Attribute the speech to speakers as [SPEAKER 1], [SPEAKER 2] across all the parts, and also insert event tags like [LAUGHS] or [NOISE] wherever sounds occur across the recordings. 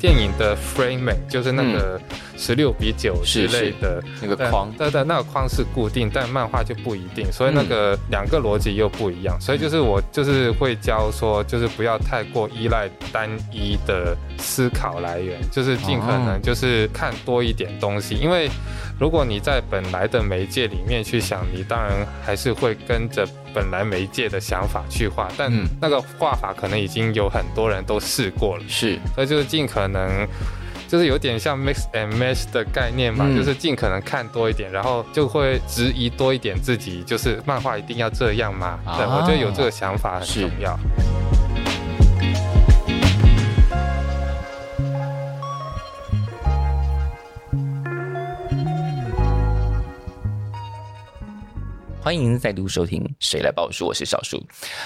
[SPEAKER 1] 电影的 framing，就是那个十六比九之
[SPEAKER 2] 嗯是是
[SPEAKER 1] 类的
[SPEAKER 2] 那个
[SPEAKER 1] 但
[SPEAKER 2] 框，嗯
[SPEAKER 1] 对对，那个框是固定，但漫画就不一定，所以那个两个逻辑又不一样，所以就是我就是会教说，就是不要太过依赖单一的思考来源，就是尽可
[SPEAKER 2] 哦
[SPEAKER 1] 能就是看多一点东西，因为如果你在本来的媒介里面去想，你当然还是会跟着本来媒介的想法去画，但
[SPEAKER 2] 嗯
[SPEAKER 1] 那个画法可能已经有很多人都试过了。
[SPEAKER 2] 是
[SPEAKER 1] 所以就是尽可能。就是有点像 mix and match 的概念嘛，
[SPEAKER 2] 嗯
[SPEAKER 1] 就是尽可能看多一点，然后就会质疑多一点自己，就是漫画一定要这样吗？
[SPEAKER 2] 啊
[SPEAKER 1] 对，我觉得有这个想法很重要。
[SPEAKER 2] 欢迎再度收听《谁来报数》，我是小树。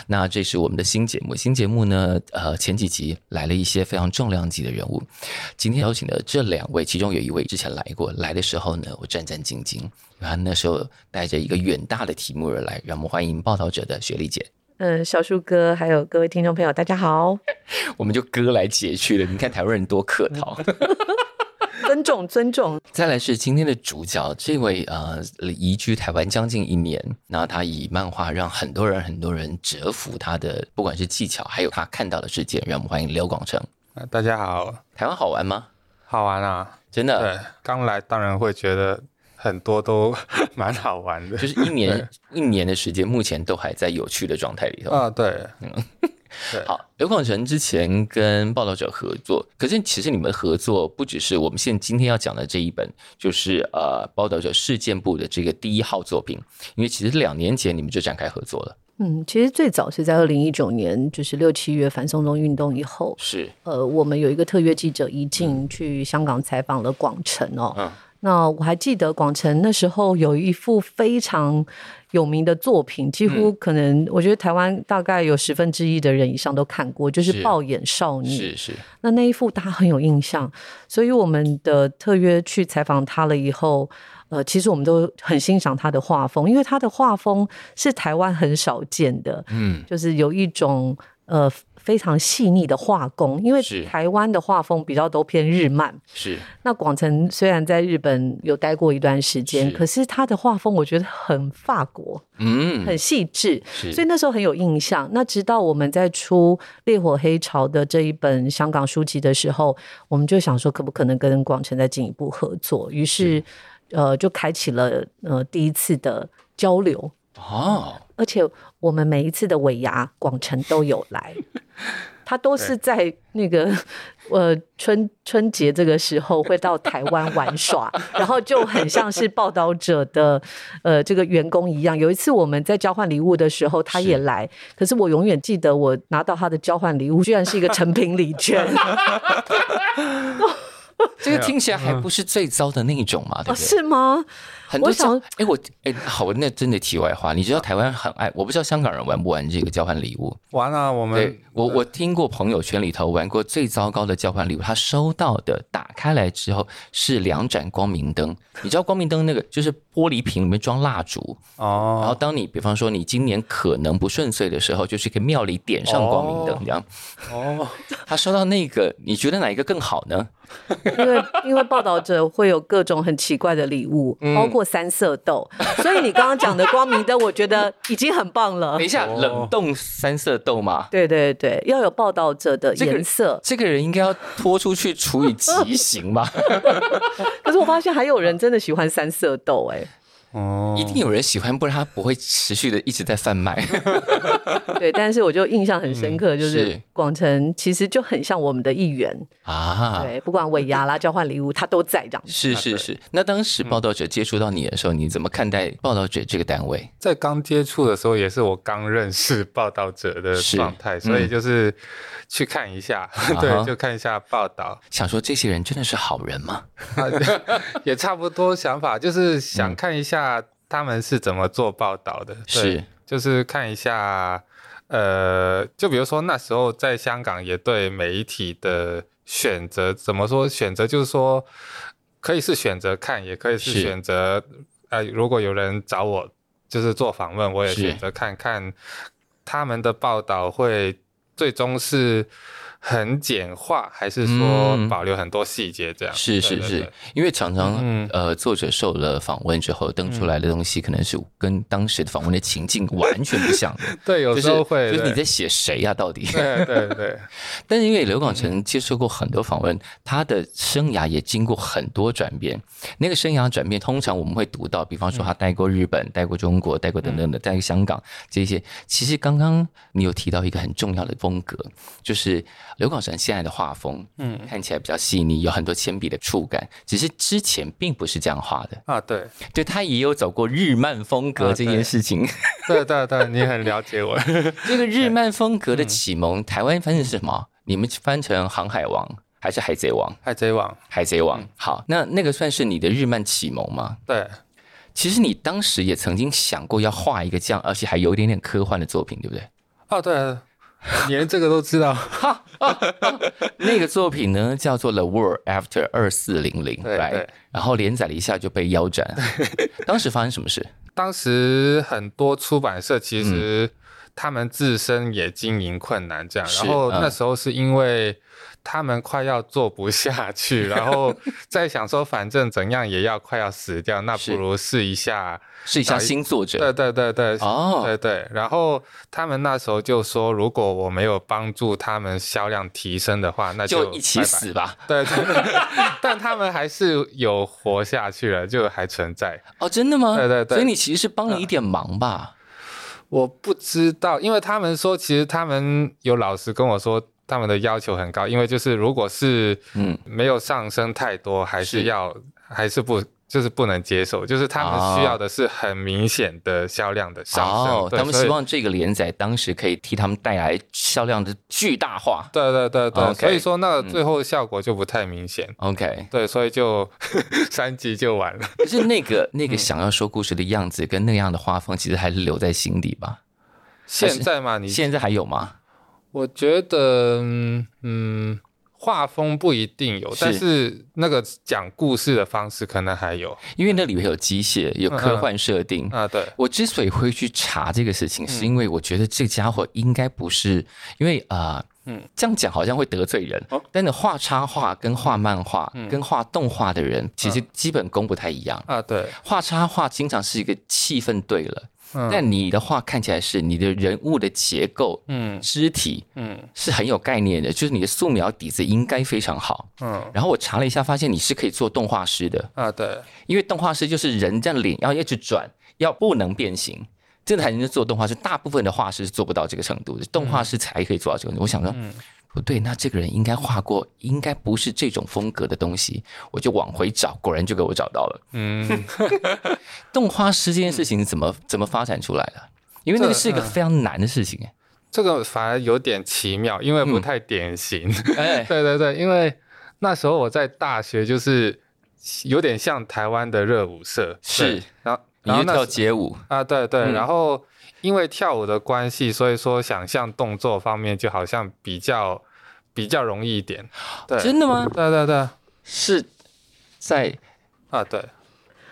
[SPEAKER 2] 那这是我们的新节目，新节目呢，呃，前几集来了一些非常重量级的人物。今天邀请的这两位，其中有一位之前来过，来的时候呢，我战战兢兢，因为他那时候带着一个远大的题目而来。让我们欢迎报道者的雪莉姐，
[SPEAKER 3] 嗯，小树哥，还有各位听众朋友，大家好，
[SPEAKER 2] 我们就割来截去了。你看台湾人多客套。
[SPEAKER 3] 尊重尊重，
[SPEAKER 2] 再来是今天的主角，这位呃移居台湾将近一年，那他以漫画让很多人很多人折服他的，不管是技巧，还有他看到的世界。让我们欢迎刘广成。
[SPEAKER 1] 呃大家好，
[SPEAKER 2] 台湾好玩吗？
[SPEAKER 1] 好玩啊！
[SPEAKER 2] 真的，
[SPEAKER 1] 对，刚来当然会觉得很多都 [LAUGHS] 蛮好玩的，
[SPEAKER 2] 就是一年一年的时间，目前都还在有趣的状态里头。
[SPEAKER 1] 啊，对，对
[SPEAKER 2] 好，刘广成之前跟报道者合作，可是其实你们合作不只是我们现在今天要讲的这一本，就是呃报道者事件部的这个第一号作品，因为其实两年前你们就展开合作了，
[SPEAKER 3] 嗯，其实最早是在二零一九年，就是六七月反送中运动以后，
[SPEAKER 2] 是，
[SPEAKER 3] 呃，我们有一个特约记者一进去香港采访了广城哦。
[SPEAKER 2] 嗯
[SPEAKER 3] 那我还记得广城那时候有一幅非常有名的作品，几乎
[SPEAKER 2] 嗯
[SPEAKER 3] 可能我觉得台湾大概有十分之一的人以上都看过，就是
[SPEAKER 2] 是
[SPEAKER 3] 《暴眼少女》。
[SPEAKER 2] 是是，
[SPEAKER 3] 那那一幅大家很有印象，所以我们的特约去采访他了以后，呃，其实我们都很欣赏他的画风，因为他的画风是台湾很少见的，
[SPEAKER 2] 嗯，
[SPEAKER 3] 就是有一种呃非常细腻的画工，因为
[SPEAKER 2] 是
[SPEAKER 3] 台湾的画风比较都偏日漫。
[SPEAKER 2] 是
[SPEAKER 3] 那广成虽然在日本有待过一段时间，
[SPEAKER 2] 是
[SPEAKER 3] 可是他的画风我觉得很法国，
[SPEAKER 2] 嗯，
[SPEAKER 3] 很细致。
[SPEAKER 2] 是
[SPEAKER 3] 所以那时候很有印象。那直到我们在出《烈火黑潮》的这一本香港书籍的时候，我们就想说，可不可能跟广成再进一步合作？于是，呃，就开启了呃第一次的交流。
[SPEAKER 2] 哦，
[SPEAKER 3] 而且我们每一次的尾牙，广成都有来，他都是在那个呃春春节这个时候会到台湾玩耍，然后就很像是报道者的呃这个员工一样。有一次我们在交换礼物的时候，他也
[SPEAKER 2] 是
[SPEAKER 3] 来，可是我永远记得我拿到他的交换礼物，居然是一个成品礼券。
[SPEAKER 2] 这个听起来还不是最糟的那一种嘛，对不
[SPEAKER 3] 哦，
[SPEAKER 2] 对？
[SPEAKER 3] 是吗？
[SPEAKER 2] 很多
[SPEAKER 3] 我
[SPEAKER 2] 交
[SPEAKER 3] 想
[SPEAKER 2] 哎，我哎，好，那真的题外话，你知道台湾很爱，我不知道香港人玩不玩这个交换礼物，
[SPEAKER 1] 玩啊，我们
[SPEAKER 2] 对我，我听过朋友圈里头玩过最糟糕的交换礼物，他收到的打开来之后是两盏光明灯。你知道光明灯那个就是玻璃瓶里面装蜡烛，然后
[SPEAKER 1] 哦
[SPEAKER 2] 当你比方说你今年可能不顺遂的时候，就是给庙里点上光明灯这样。
[SPEAKER 1] 哦，
[SPEAKER 2] 他收到那个，你觉得哪一个更好呢？
[SPEAKER 3] 因为因为报道者会有各种很奇怪的礼物，包括三色豆，所以你刚刚讲的光明灯，我觉得已经很棒了
[SPEAKER 2] 等一。下，
[SPEAKER 1] 哦
[SPEAKER 2] 冷冻三色豆嘛，
[SPEAKER 3] 对对对，要有报道者的
[SPEAKER 2] 这个
[SPEAKER 3] 颜色。
[SPEAKER 2] 这个人应该要拖出去处以极刑吧？
[SPEAKER 3] 可是我发现还有人真的喜欢三色豆、哎
[SPEAKER 1] 哦
[SPEAKER 2] 一定有人喜欢，不然他不会持续的一直在贩卖。
[SPEAKER 3] 哎，对。但是我就印象很深刻，就是
[SPEAKER 2] 嗯是
[SPEAKER 3] 广城其实就很像我们的一员，
[SPEAKER 2] 啊，
[SPEAKER 3] 对，不管尾牙啦、交换礼物，他都在这样。
[SPEAKER 2] 是是是，那当时
[SPEAKER 1] 嗯
[SPEAKER 2] 报道者接触到你的时候，你怎么看待报道者这个单位？
[SPEAKER 1] 在刚接触的时候，也是我刚认识报道者的
[SPEAKER 2] 是
[SPEAKER 1] 状态，
[SPEAKER 2] 嗯
[SPEAKER 1] 所以就是去看一下， [LAUGHS]
[SPEAKER 2] 啊哈
[SPEAKER 1] 对，就看一下报道，
[SPEAKER 2] 想说这些人真的是好人吗？
[SPEAKER 1] 啊
[SPEAKER 2] [LAUGHS]
[SPEAKER 1] 也差不多想法，就是想
[SPEAKER 2] 嗯
[SPEAKER 1] 看一下他们是怎么做报道的，对
[SPEAKER 2] 是，
[SPEAKER 1] 就是看一下，呃，就比如说那时候在香港也对媒体的选择怎么说？选择就是说，可以是选择看，也可以是
[SPEAKER 2] 是
[SPEAKER 1] 选择，呃，如果有人找我就是做访问，我也
[SPEAKER 2] 是
[SPEAKER 1] 选择看看他们的报道会最终是很简化，还是说
[SPEAKER 2] 嗯
[SPEAKER 1] 保留很多细节这样？
[SPEAKER 2] 是
[SPEAKER 1] 啊对
[SPEAKER 2] 是
[SPEAKER 1] 对
[SPEAKER 2] 是
[SPEAKER 1] 对，
[SPEAKER 2] 因为常常、
[SPEAKER 1] 嗯
[SPEAKER 2] 呃，作者受了访问之后登出来的东西，可能是跟当时的访问的情
[SPEAKER 1] [LAUGHS]
[SPEAKER 2] 境完全不像的，
[SPEAKER 1] 对，有
[SPEAKER 2] 就
[SPEAKER 1] 时候
[SPEAKER 2] 是
[SPEAKER 1] 会
[SPEAKER 2] 就是你在
[SPEAKER 1] 对
[SPEAKER 2] 写谁呀、到底？
[SPEAKER 1] 对对对，
[SPEAKER 2] 但是因为刘广
[SPEAKER 1] 嗯
[SPEAKER 2] 成接受过很多访问，他的生涯也经过很多转变。那个生涯转变，通常我们会读到，比方
[SPEAKER 1] 嗯
[SPEAKER 2] 说他待过日本、待过中国、待过等等的，待过香港这些。其实刚刚你有提到一个很重要的风格，就是刘广成现在的画风，嗯，看起来比较细腻，有很多铅笔的触感。只是之前并不是这样画的，
[SPEAKER 1] [LAUGHS] 啊，对
[SPEAKER 2] 对他也有走过日漫风格
[SPEAKER 1] 啊
[SPEAKER 2] 这件
[SPEAKER 1] 对 [LAUGHS]
[SPEAKER 2] 事情。
[SPEAKER 1] [LAUGHS] 对对对，你很了解我，
[SPEAKER 2] 这个日漫风格的
[SPEAKER 1] 嗯
[SPEAKER 2] 启蒙，台湾翻成什么？你们翻成《航海王》还是《海贼王》？
[SPEAKER 1] [LAUGHS] 海贼王，
[SPEAKER 2] 海贼王，
[SPEAKER 1] 嗯
[SPEAKER 2] 好，那那个算是你的日漫启蒙吗？
[SPEAKER 1] 对
[SPEAKER 2] 其实你当时也曾经想过要画一个这样，而且还有一点点科幻的作品，
[SPEAKER 1] [LAUGHS]
[SPEAKER 2] 对不对？
[SPEAKER 1] 哦对，你连这个都知道，
[SPEAKER 2] 那个作品呢叫做《The World After 二四零零》，
[SPEAKER 1] 对
[SPEAKER 2] right？
[SPEAKER 1] 对
[SPEAKER 2] 然后连载了一下就被腰斩。 [LAUGHS] 当时发生什么事？
[SPEAKER 1] 当时很多出版社其实他们自身也经营困难，这样，
[SPEAKER 2] 是
[SPEAKER 1] 然后
[SPEAKER 2] 嗯
[SPEAKER 1] 那时候是因为他们快要做不下去，然后在想说，反正怎样也要快要死掉，那
[SPEAKER 2] 是
[SPEAKER 1] 不如试一下。
[SPEAKER 2] 是一项新作
[SPEAKER 1] 对
[SPEAKER 2] 者
[SPEAKER 1] 对对对，
[SPEAKER 2] 哦，
[SPEAKER 1] 对对，然后他们那时候就说，如果我没有帮助他们销量提升的话，那
[SPEAKER 2] 就一起
[SPEAKER 1] 拜拜
[SPEAKER 2] 死吧。
[SPEAKER 1] 对对对 [LAUGHS] 但他们还是有活下去了，就还存在。
[SPEAKER 2] 哦，真的吗？
[SPEAKER 1] 对对嗯对
[SPEAKER 2] 所以你其实是帮了一点忙吧？
[SPEAKER 1] 我不知道，因为他们说，其实他们有老师跟我说，他们的要求很高，因为就是如果是
[SPEAKER 2] 嗯，
[SPEAKER 1] 没有上升太多，还
[SPEAKER 2] 是
[SPEAKER 1] 是要还是不就是不能接受，就是他
[SPEAKER 2] 哦
[SPEAKER 1] 们需要的是很明显的销量的上升，
[SPEAKER 2] 哦，
[SPEAKER 1] 对
[SPEAKER 2] 他们
[SPEAKER 1] 所以
[SPEAKER 2] 希望这个连载当时可以替他们带来销量的巨大化。
[SPEAKER 1] 对对对对
[SPEAKER 2] OK，嗯
[SPEAKER 1] 所以说那个最后效果就不太明显。
[SPEAKER 2] OK，
[SPEAKER 1] 对，所以就 [LAUGHS] 三集就
[SPEAKER 2] [LAUGHS]
[SPEAKER 1] 完了。
[SPEAKER 2] 可是那个那个想要说故事的样子跟那样的画风，其实还是留在心底吧。
[SPEAKER 1] 现在嘛，你
[SPEAKER 2] 现在还有吗？
[SPEAKER 1] 我觉得，嗯嗯，画风不一定有，
[SPEAKER 2] 是
[SPEAKER 1] 但是那个讲故事的方式可能还有
[SPEAKER 2] 因为那里面有机械，有科幻设定。
[SPEAKER 1] 啊。对，
[SPEAKER 2] 我之所以会去查这个事情，是因为我觉得这家伙应该不是，因为啊，嗯
[SPEAKER 1] 嗯，
[SPEAKER 2] 这样讲好像会得罪人。但是画插画跟画漫画跟画动画的人，其实基本功不太一样。
[SPEAKER 1] 啊对，
[SPEAKER 2] 画插画经常是一个气氛对了，
[SPEAKER 1] 嗯
[SPEAKER 2] 但你的画看起来是你的人物的结构、
[SPEAKER 1] 嗯
[SPEAKER 2] 肢体
[SPEAKER 1] 嗯
[SPEAKER 2] 是很有概念的，就是你的素描底子应该非常好。
[SPEAKER 1] 嗯
[SPEAKER 2] 然后我查了一下，发现你是可以做动画师的，
[SPEAKER 1] 啊对，
[SPEAKER 2] 因为动画师就是人这样脸要一直转，要不能变形。这才能做动画师，大部分的画师是做不到这个程度的，
[SPEAKER 1] 嗯
[SPEAKER 2] 动画师才可以做到这个程度。我想说，不对，那这个人应该画过，应该不是这种风格的东西，我就往回找，果然就给我找到了。
[SPEAKER 1] 嗯
[SPEAKER 2] [LAUGHS] 动画师这件事情怎么、怎么发展出来的？因为那个
[SPEAKER 1] 这
[SPEAKER 2] 是一个
[SPEAKER 1] 嗯
[SPEAKER 2] 非常难的事情、
[SPEAKER 1] 这个反而有点奇妙，因为不太典型。
[SPEAKER 2] 哎、
[SPEAKER 1] [LAUGHS] 对对对，因为那时候我在大学，就是有点像台湾的热舞社，
[SPEAKER 2] 是
[SPEAKER 1] 对，然后
[SPEAKER 2] 你
[SPEAKER 1] 然后
[SPEAKER 2] 就
[SPEAKER 1] 那
[SPEAKER 2] 跳
[SPEAKER 1] 时
[SPEAKER 2] 街舞，
[SPEAKER 1] 啊，对对，
[SPEAKER 2] 嗯
[SPEAKER 1] 然后因为跳舞的关系，所以说想象动作方面就好像比较比较容易一点。对，
[SPEAKER 2] 真的吗？
[SPEAKER 1] 对对对，
[SPEAKER 2] 是在，
[SPEAKER 1] 啊对，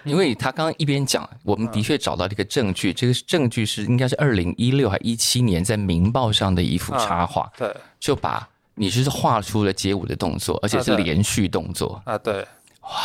[SPEAKER 2] 因为他刚刚一边讲，我
[SPEAKER 1] 嗯
[SPEAKER 2] 们的确找到了一个证据，这个证据是应该是二零一六还一七年在《明报》上的一
[SPEAKER 1] 嗯
[SPEAKER 2] 幅插画，
[SPEAKER 1] 对
[SPEAKER 2] 就把你就是画出了街舞的动作，而且是
[SPEAKER 1] 啊对
[SPEAKER 2] 连续动作。
[SPEAKER 1] 啊对，嗯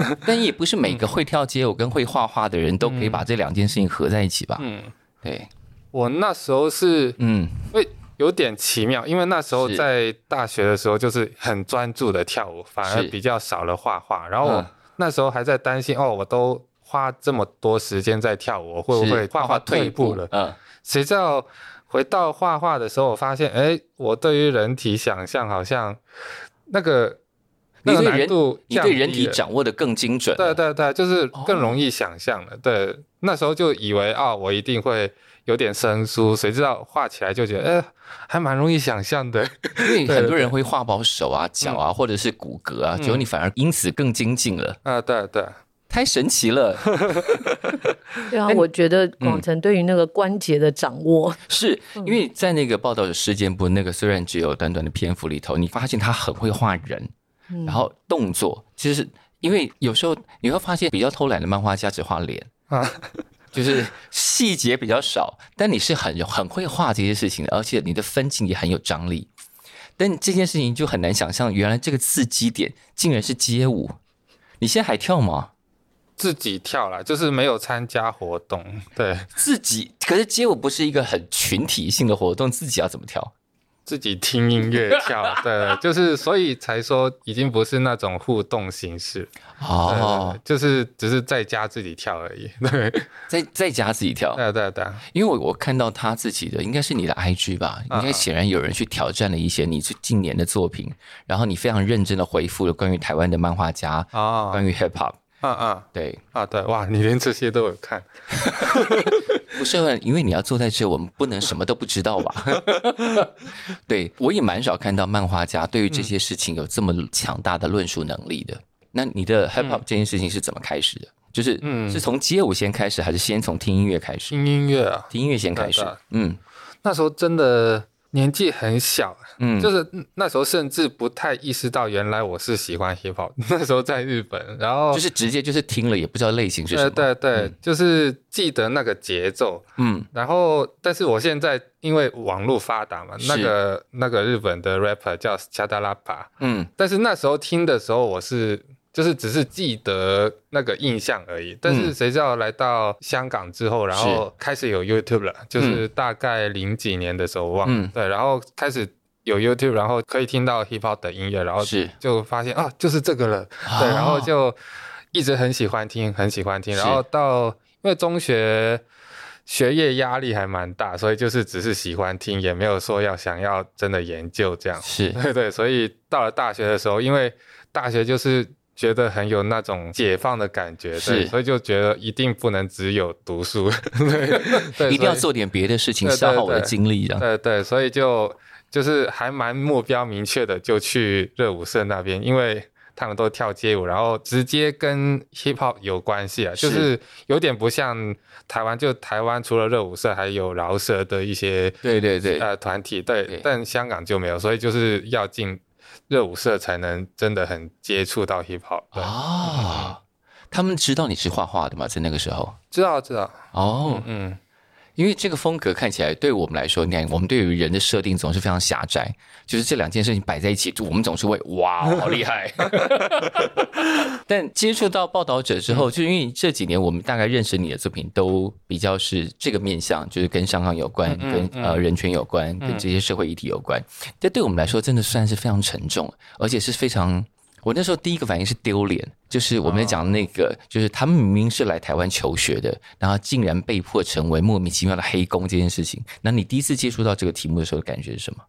[SPEAKER 2] [LAUGHS] 但也不是每个会跳街舞跟会画画的人都可以把这两件事情合在一起吧？
[SPEAKER 1] 嗯，
[SPEAKER 2] 对，
[SPEAKER 1] 我那时候是
[SPEAKER 2] 嗯，
[SPEAKER 1] 会有点奇妙，因为那时候
[SPEAKER 2] 是
[SPEAKER 1] 在大学的时候就是很专注的跳舞，反而
[SPEAKER 2] 是
[SPEAKER 1] 比较少了画画。然后
[SPEAKER 2] 嗯
[SPEAKER 1] 我那时候还在担心，哦，我都花这么多时间在跳舞，我会不
[SPEAKER 2] 是
[SPEAKER 1] 会画画退步了？
[SPEAKER 2] 嗯，
[SPEAKER 1] 谁知道回到画画的时候，我发现，哎，我对于人体想象好像那个那
[SPEAKER 2] 你
[SPEAKER 1] 个
[SPEAKER 2] 对
[SPEAKER 1] 难
[SPEAKER 2] 人
[SPEAKER 1] 度
[SPEAKER 2] 你
[SPEAKER 1] 降
[SPEAKER 2] 对
[SPEAKER 1] 低
[SPEAKER 2] 人体
[SPEAKER 1] 了
[SPEAKER 2] 掌握的哦更精准
[SPEAKER 1] 对
[SPEAKER 2] 了。
[SPEAKER 1] 对对，就是更容易想象了。对，那时候就以为啊、我一定会有点生疏，谁知道画起来就觉得，哎，还蛮容易想象的。 [LAUGHS]
[SPEAKER 2] 因为
[SPEAKER 1] 对嗯
[SPEAKER 2] 很多人会画包手啊、脚啊，或者是骨骼啊，结果你反而因此更精进了，
[SPEAKER 1] 啊，对对，
[SPEAKER 2] 太神奇了！
[SPEAKER 3] 对啊，我觉得
[SPEAKER 2] 嗯
[SPEAKER 3] 广成对于那个关节的掌握，
[SPEAKER 2] 是
[SPEAKER 1] 嗯
[SPEAKER 2] 因为在那个报道的事件部，那个虽然只有短短的篇幅里头，你发现他很会画人，
[SPEAKER 3] 嗯
[SPEAKER 2] 然后动作，其实因为有时候你会发现比较偷懒的漫画家只画脸
[SPEAKER 1] 啊。
[SPEAKER 2] [LAUGHS] 就是细节比较少，但你是很很会画这些事情的，而且你的分镜也很有张力。但这件事情就很难想象，原来这个刺激点竟然是街舞。你现在还跳吗？
[SPEAKER 1] 自己跳啦，就是没有参加活动。对，
[SPEAKER 2] 自己可是街舞不是一个很群体性的活动，自己要怎么跳？
[SPEAKER 1] 自己听音乐跳，对，就是所以才说已经不是那种互动形式，
[SPEAKER 2] 哦
[SPEAKER 1] 对，就是只是在家自己跳而已。对，
[SPEAKER 2] 在在家自己跳，
[SPEAKER 1] [LAUGHS] 对对对，
[SPEAKER 2] 因为我我看到他自己的应该是你的 IG 吧，应
[SPEAKER 1] 嗯
[SPEAKER 2] 该显然有人去挑战了一些你最近年的作品，然后你非常认真的回复了关于台湾的漫画家，
[SPEAKER 1] 哦，
[SPEAKER 2] 关于 hip hop，
[SPEAKER 1] 嗯嗯
[SPEAKER 2] 对，
[SPEAKER 1] 啊，对，哇，你连这些都有看，
[SPEAKER 2] 不是很因为你要坐在这，我们不能什么都不知道吧？ [LAUGHS] 对我也蛮少看到漫画家对于
[SPEAKER 1] 嗯
[SPEAKER 2] 这些事情有这么强大的论述能力的。那你的 hip hop 这件事情是怎么开始的？就是、
[SPEAKER 1] 嗯
[SPEAKER 2] 是从街舞先开始，还是先从听音乐开始？
[SPEAKER 1] 听音乐啊，
[SPEAKER 2] 听音乐先开始
[SPEAKER 1] 对对，
[SPEAKER 2] 嗯
[SPEAKER 1] 那时候真的年纪很小，
[SPEAKER 2] 嗯，
[SPEAKER 1] 就是那时候甚至不太意识到原来我是喜欢 hip hop。那 [LAUGHS] 时候在日本，然后呃
[SPEAKER 2] 就是直接就是听了也不知道类型是什么，
[SPEAKER 1] 哦对对对，就是记得那个节奏。
[SPEAKER 2] 嗯
[SPEAKER 1] 然后，但是我现在因为网络发达嘛
[SPEAKER 2] 是，
[SPEAKER 1] 那个那个日本的 rapper 叫 c h a d a l a p a
[SPEAKER 2] 嗯
[SPEAKER 1] 但是那时候听的时候，我是就是只是记得那个印象而已。但
[SPEAKER 2] 嗯
[SPEAKER 1] 是谁知道来到香港之后，然后开始有 YouTube 了，就是大概零几年的时候，我忘了、
[SPEAKER 2] 嗯
[SPEAKER 1] 对，然后开始有 YouTube，然后可以听到 hip hop 的音乐，然后
[SPEAKER 2] 是啊哦
[SPEAKER 1] 就发现啊，就是这个了，对，然后就一直很喜欢听，很喜欢听，
[SPEAKER 2] 是
[SPEAKER 1] 然后到因为中学。学业压力还蛮大，所以就是只是喜欢听，也没有说要想要真的研究这样。
[SPEAKER 2] 是
[SPEAKER 1] [LAUGHS] 对对，所以到了大学的时候，因为大学就是觉得很有那种解放的感觉，对，
[SPEAKER 2] 是
[SPEAKER 1] 所以就觉得一定不能只有读书， [LAUGHS] 对，对
[SPEAKER 2] [LAUGHS] 一定要。
[SPEAKER 1] 所以
[SPEAKER 2] 做点别的事情
[SPEAKER 1] 对对
[SPEAKER 2] 消耗我的
[SPEAKER 1] 对
[SPEAKER 2] 精力，这样
[SPEAKER 1] 对对，所以就就是还蛮目标明确的，就去热舞社那边，因为他们都跳街舞，然后直接跟 hip hop 有关系啊，就是是有点不像台湾，就台湾除了热舞社，还有饶舌的一些
[SPEAKER 2] 对对对
[SPEAKER 1] 呃团体对，
[SPEAKER 2] 对
[SPEAKER 1] 但香港就没有，所以就是要进热舞社才能真的很接触到 hip hop 对。
[SPEAKER 2] 啊。他们知道你是画画的吗？在那个时候
[SPEAKER 1] 知道知道，
[SPEAKER 2] 哦，
[SPEAKER 1] 嗯，
[SPEAKER 2] 因为这个风格看起来对我们来说，你看我们对于人的设定总是非常狭窄，就是这两件事情摆在一起，我们总是会哇，好厉害。 [LAUGHS] 但接触到报道者之后，就因为这几年我们大概认识你的作品都比较是这个面向，就是跟香港有关，
[SPEAKER 1] 嗯
[SPEAKER 2] 跟
[SPEAKER 1] 嗯
[SPEAKER 2] 呃人权有关，跟这些社会议题有关。这对我们来说真的算是非常沉重，而且是非常。我那时候第一个反应是丢脸，就是我们在讲那
[SPEAKER 1] 哦
[SPEAKER 2] 个，就是他们明明是来台湾求学的，然后竟然被迫成为莫名其妙的黑工这件事情。那你第一次接触到这个题目的时候，感觉
[SPEAKER 1] [LAUGHS]
[SPEAKER 2] 是什么？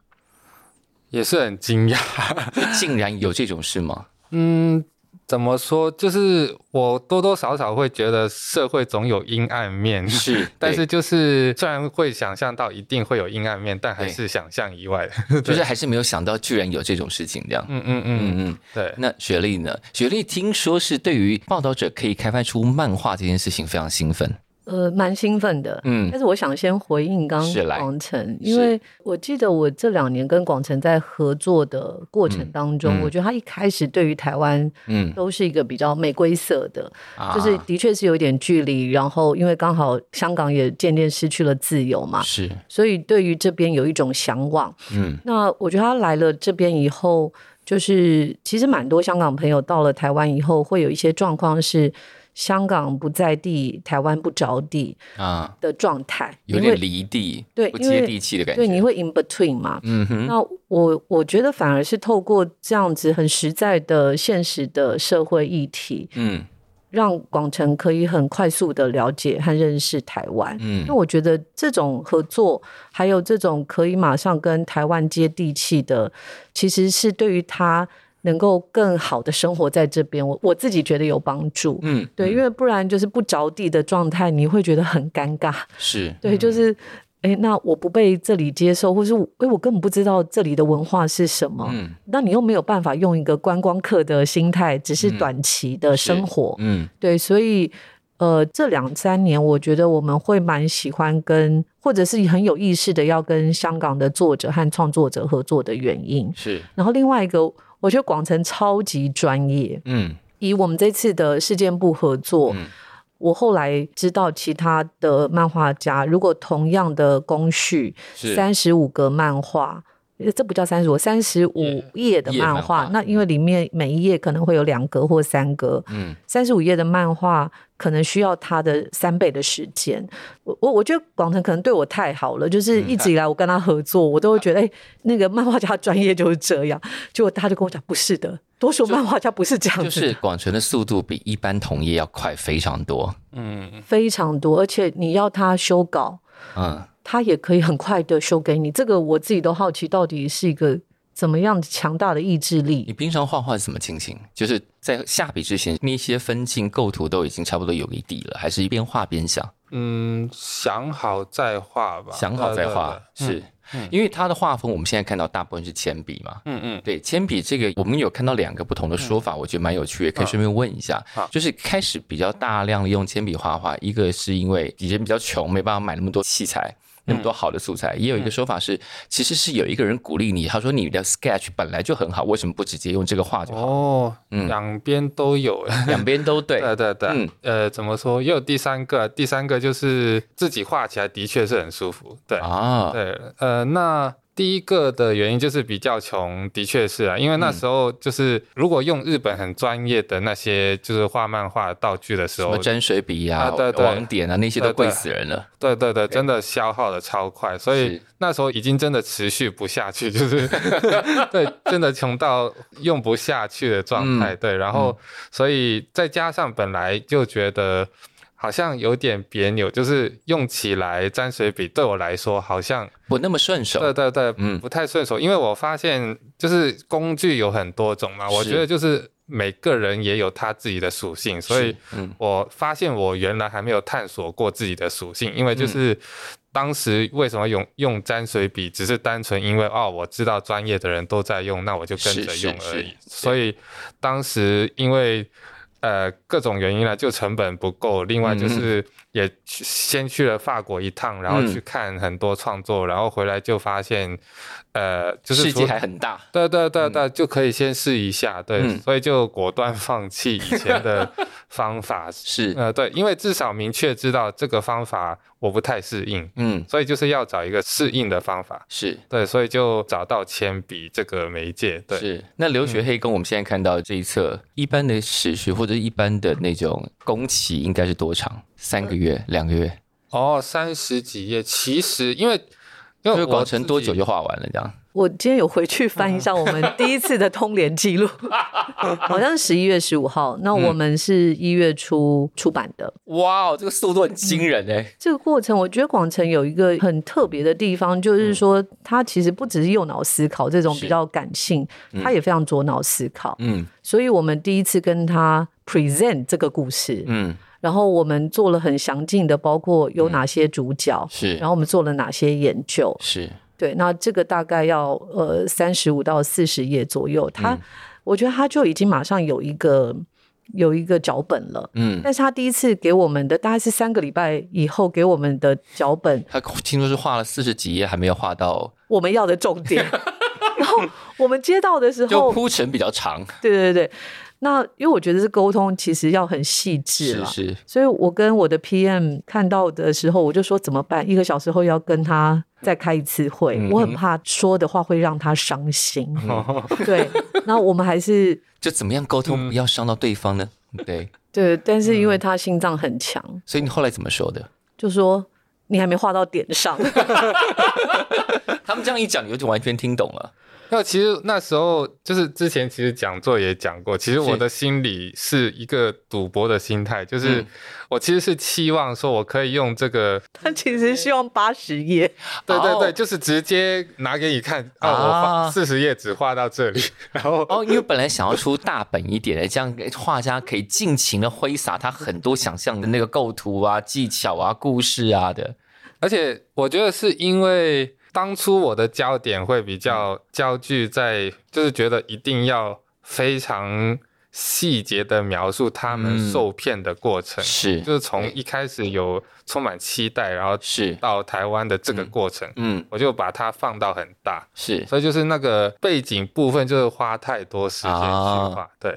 [SPEAKER 1] 也是很惊讶。
[SPEAKER 2] 竟然有这种
[SPEAKER 1] [LAUGHS]
[SPEAKER 2] 事吗？
[SPEAKER 1] 嗯，怎么说？就是我多多少少会觉得社会总有阴暗面，
[SPEAKER 2] 是
[SPEAKER 1] 但是就是虽然会想象到一定会有阴暗面，但还是想象以外的。
[SPEAKER 2] 就是还是没有想到，居然有这种事情这样。
[SPEAKER 1] 嗯嗯嗯，
[SPEAKER 2] 嗯嗯，
[SPEAKER 1] [LAUGHS] 对。
[SPEAKER 2] 那雪莉呢？雪莉听说是对于报道者可以开发出漫画这件事情非常兴奋。
[SPEAKER 3] 呃，蛮兴奋的。
[SPEAKER 2] 嗯
[SPEAKER 3] 但是我想先回应刚
[SPEAKER 2] 是来
[SPEAKER 3] 刚广成，
[SPEAKER 2] 是
[SPEAKER 3] 因为我记得我这两年跟广成在合作的过程当中，
[SPEAKER 2] 嗯嗯
[SPEAKER 3] 我觉得他一开始对于台湾
[SPEAKER 2] 嗯，
[SPEAKER 3] 都是一个比较玫瑰色的，
[SPEAKER 2] 啊
[SPEAKER 3] 嗯就是的确是有点距离。然后因为刚好香港也渐渐失去了自由
[SPEAKER 1] 啊
[SPEAKER 3] 嘛，
[SPEAKER 2] 是
[SPEAKER 3] 所以对于这边有一种向往。
[SPEAKER 2] 嗯
[SPEAKER 3] 那我觉得他来了这边以后，就是其实蛮多香港朋友到了台湾以后，会有一些状况是香港不在地，台湾不着地
[SPEAKER 2] 啊，
[SPEAKER 3] 的状态，
[SPEAKER 2] 有
[SPEAKER 3] 因为
[SPEAKER 2] 点离地，
[SPEAKER 3] 对
[SPEAKER 2] 不
[SPEAKER 3] 因为
[SPEAKER 2] 接地气的感觉。
[SPEAKER 3] 对，你会 in between 嘛？
[SPEAKER 2] 嗯哼，
[SPEAKER 3] 那我我觉得反而是透过这样子很实在的现实的社会议题，
[SPEAKER 2] 嗯
[SPEAKER 3] 让广城可以很快速的了解和认识台湾。
[SPEAKER 2] 嗯
[SPEAKER 3] 那我觉得这种合作，还有这种可以马上跟台湾接地气的，其实是对于他能够更好的生活在这边，我我自己觉得有帮助。
[SPEAKER 2] 嗯，
[SPEAKER 3] 对，因为不然就是不着地的状态，你会觉得很尴尬。
[SPEAKER 2] 是
[SPEAKER 3] 对，就是诶，那我不被这里接受，或是我诶，我根本不知道这里的文化是什么。
[SPEAKER 2] 嗯
[SPEAKER 3] 那你又没有办法用一个观光客的心态，只是短期的生活。
[SPEAKER 2] 嗯
[SPEAKER 3] 对，所以呃，这两三年我觉得我们会蛮喜欢跟，或者是很有意识的要跟香港的作者和创作者合作的原因。
[SPEAKER 2] 是
[SPEAKER 3] 然后另外一个，我觉得广成超级专业，
[SPEAKER 2] 嗯
[SPEAKER 3] 以我们这次的事件部合作。
[SPEAKER 2] 嗯
[SPEAKER 3] 我后来知道，其他的漫画家如果同样的工序，
[SPEAKER 2] 是
[SPEAKER 3] 三十五个漫画，呃这不叫三十五，三十五页的
[SPEAKER 2] 页漫
[SPEAKER 3] 漫画
[SPEAKER 2] 画。
[SPEAKER 3] 那因为里面每一页可能会有两格或三格，
[SPEAKER 2] 嗯，
[SPEAKER 3] 三十五页的漫画可能需要他的三倍的时间。我我我觉得广成可能对我太好了，就是
[SPEAKER 2] 嗯
[SPEAKER 3] 一直以来我跟他合作，我都会觉得，哎、那个漫画家专业就是这样。结果他就跟我讲，不是的，多数漫画家不是这样子
[SPEAKER 2] 就
[SPEAKER 3] 的，
[SPEAKER 2] 是广成的速度比一般同业要快非常多。
[SPEAKER 1] 嗯，
[SPEAKER 3] 非常多，而且你要他修稿，
[SPEAKER 2] 嗯，
[SPEAKER 3] 他也可以很快的修给你。这个我自己都好奇，到底是一个怎么样强大的意志
[SPEAKER 2] 你
[SPEAKER 3] 力？
[SPEAKER 2] 平常画画是什么情形？就是在下笔之前，那些分镜构图都已经差不多有一底了，还是一边画边想？
[SPEAKER 1] 嗯，想好再画吧，
[SPEAKER 2] 想好再画，
[SPEAKER 1] 对嗯
[SPEAKER 2] 是、，因为他的画风，我们现在看到大部分是铅笔嘛。
[SPEAKER 1] 对对嗯嗯
[SPEAKER 2] 对铅笔这个，我们有看到两个不同的说法，我觉得蛮有趣，也可以顺便问一下。
[SPEAKER 1] 嗯好
[SPEAKER 2] 就是开始比较大量的用铅笔画画，一个是因为以前比较穷，没办法买那么多器材。那么
[SPEAKER 1] 嗯
[SPEAKER 2] 多好的素材，也有一个说法是，其实是有一个人鼓励你，他说你的 sketch 本来就很好，为什么不直接用这个画就
[SPEAKER 1] 嗯，
[SPEAKER 2] 好？
[SPEAKER 1] 哦，
[SPEAKER 2] 嗯
[SPEAKER 1] 两边都有， [LAUGHS]
[SPEAKER 2] 两边都对，
[SPEAKER 1] 对对对，
[SPEAKER 2] 嗯
[SPEAKER 1] 呃，怎么说？又有第三个，第三个就是自己画起来的确是很舒服，对，
[SPEAKER 2] 啊，
[SPEAKER 1] 对，呃，那第一个的原因就是比较穷，的确是啊，因为那时候就是如果用日本很专业的那些就是画漫画的道具的时
[SPEAKER 2] 什么
[SPEAKER 1] 候，
[SPEAKER 2] 沾水笔呀、
[SPEAKER 1] 啊对对
[SPEAKER 2] 网点啊，那些都
[SPEAKER 1] 对对
[SPEAKER 2] 贵死人了。
[SPEAKER 1] 对对对，真的消耗的超快，所以
[SPEAKER 2] 是
[SPEAKER 1] 那时候已经真的持续不下去，就是 [LAUGHS] 对，真的穷到用不下去的状
[SPEAKER 2] 嗯
[SPEAKER 1] 态。对，然后、所以再加上本来就觉得好像有点别扭，就是用起来沾水笔对我来说好像
[SPEAKER 2] 不那么顺手。
[SPEAKER 1] 对对对，
[SPEAKER 2] 嗯
[SPEAKER 1] 不太顺手，因为我发现就是工具有很多种嘛，我
[SPEAKER 2] 是
[SPEAKER 1] 觉得就是每个人也有他自己的属性，所以
[SPEAKER 2] 是嗯
[SPEAKER 1] 我发现我原来还没有探索过自己的属性，因为
[SPEAKER 2] 嗯
[SPEAKER 1] 就是。当时为什么用用沾水笔，只是单纯因为哦，我知道专业的人都在用，那我就跟
[SPEAKER 2] 是
[SPEAKER 1] 着
[SPEAKER 2] 是
[SPEAKER 1] 用而
[SPEAKER 2] 是
[SPEAKER 1] 已。所以当时因为呃各种原因啦，就成本不够，另外
[SPEAKER 2] 嗯
[SPEAKER 1] 就是也去先去了法国一趟，然后
[SPEAKER 2] 嗯
[SPEAKER 1] 去看很多创作，然后回来就发现，呃，就是
[SPEAKER 2] 世界
[SPEAKER 1] 除
[SPEAKER 2] 还很大。
[SPEAKER 1] 对对对对，就可以先试一下，对，
[SPEAKER 2] 嗯
[SPEAKER 1] 所以就果断放弃以前
[SPEAKER 2] [LAUGHS]
[SPEAKER 1] 的方法，
[SPEAKER 2] 是
[SPEAKER 1] 呃，对，因为至少明确知道这个方法我不太适应，
[SPEAKER 2] 嗯，
[SPEAKER 1] 所以就是要找一个适应的方法，
[SPEAKER 2] 是
[SPEAKER 1] 对，所以就找到铅笔这个媒介，对，
[SPEAKER 2] 是。那留学黑工，我们现在看到这一册，一般的时序或者一般的那种工期应该是多长？三个月、两个月？
[SPEAKER 1] 哦，三十几页，其实因为因
[SPEAKER 2] 就
[SPEAKER 1] 为
[SPEAKER 2] 是
[SPEAKER 1] 我
[SPEAKER 2] 广成
[SPEAKER 1] 自
[SPEAKER 2] 多
[SPEAKER 1] 己
[SPEAKER 2] 久就画完了这样？
[SPEAKER 3] 我今天有回去
[SPEAKER 2] 嗯
[SPEAKER 3] 翻一下我们第一次的通联
[SPEAKER 2] [LAUGHS]
[SPEAKER 3] 记录，好像十一月十五号，那我们是一月初出版的。
[SPEAKER 2] 哇哦，这个速度很惊人哎、
[SPEAKER 3] 这个过程，我觉得广成有一个很特别的地方，就是说他其实不只是右脑思考这种
[SPEAKER 2] 嗯是
[SPEAKER 3] 比较感性，他也非常左脑思考。
[SPEAKER 2] 嗯
[SPEAKER 3] 所以我们第一次跟他 present 这个故事，
[SPEAKER 2] 嗯，
[SPEAKER 3] 然后我们做了很详尽的，包括有哪些主角，
[SPEAKER 2] 是
[SPEAKER 3] 然后我们做了哪些研究。
[SPEAKER 2] 是
[SPEAKER 3] 对，那这个大概要呃三十五到四十页左右。
[SPEAKER 2] 嗯
[SPEAKER 3] 他，我觉得他就已经马上有一个有一个脚本了。
[SPEAKER 2] 嗯。
[SPEAKER 3] 但是他第一次给我们的大概是三个礼拜以后给我们的脚本，
[SPEAKER 2] 他听说是画了四十几页，还没有画到，
[SPEAKER 3] 我们要的重
[SPEAKER 2] [LAUGHS]
[SPEAKER 3] 点。然后我们接到的时
[SPEAKER 2] 就
[SPEAKER 3] 候，
[SPEAKER 2] 铺陈比较长，
[SPEAKER 3] 对对对，那因为我觉得这沟通其实要很细致
[SPEAKER 2] 是
[SPEAKER 3] 了，
[SPEAKER 2] 是，
[SPEAKER 3] 所以我跟我的 PM 看到的时候，我就说怎么办？一个小时后要跟他再开一次会，
[SPEAKER 2] 嗯
[SPEAKER 3] 我很怕说的话会让他伤心。
[SPEAKER 1] [LAUGHS]
[SPEAKER 3] [LAUGHS] 对，那我们还是
[SPEAKER 2] 就怎么样沟通不要伤到对 [LAUGHS] 方呢？对，
[SPEAKER 3] 对，但是因为他心脏很强，
[SPEAKER 2] 所以你后来怎么说的？
[SPEAKER 3] 就说你还没画到点 [LAUGHS] 上。
[SPEAKER 2] 他们这样一讲，你就完全听懂了。
[SPEAKER 1] 那其实那时候就是之前其实讲座也讲过，其实我的心里是一个赌博的心态，就是
[SPEAKER 2] 嗯
[SPEAKER 1] 我其实是期望说我可以用这个，
[SPEAKER 3] 他其实希望八十页，
[SPEAKER 1] 对对对，
[SPEAKER 2] 哦
[SPEAKER 1] 就是直接拿给你看啊，
[SPEAKER 2] 啊
[SPEAKER 1] 我四十页只画到这里， [LAUGHS] 然后
[SPEAKER 2] 哦，因为本来想要出大本一点的，这样画家可以尽情的挥洒他很多想象的那个构图啊、技巧啊、故事啊的。
[SPEAKER 1] 而且我觉得是因为当初我的焦点会比较焦聚在，就是觉得一定要非常细节的描述他们
[SPEAKER 2] 嗯
[SPEAKER 1] 受骗的过程，
[SPEAKER 2] 是
[SPEAKER 1] 就是从一开始有充满期待，然后
[SPEAKER 2] 是，
[SPEAKER 1] 到台湾的这个过程，
[SPEAKER 2] 嗯，
[SPEAKER 1] 我就把它放到很大，
[SPEAKER 2] 是。
[SPEAKER 1] 所以就是那个背景部分就是花太多时间去画，对，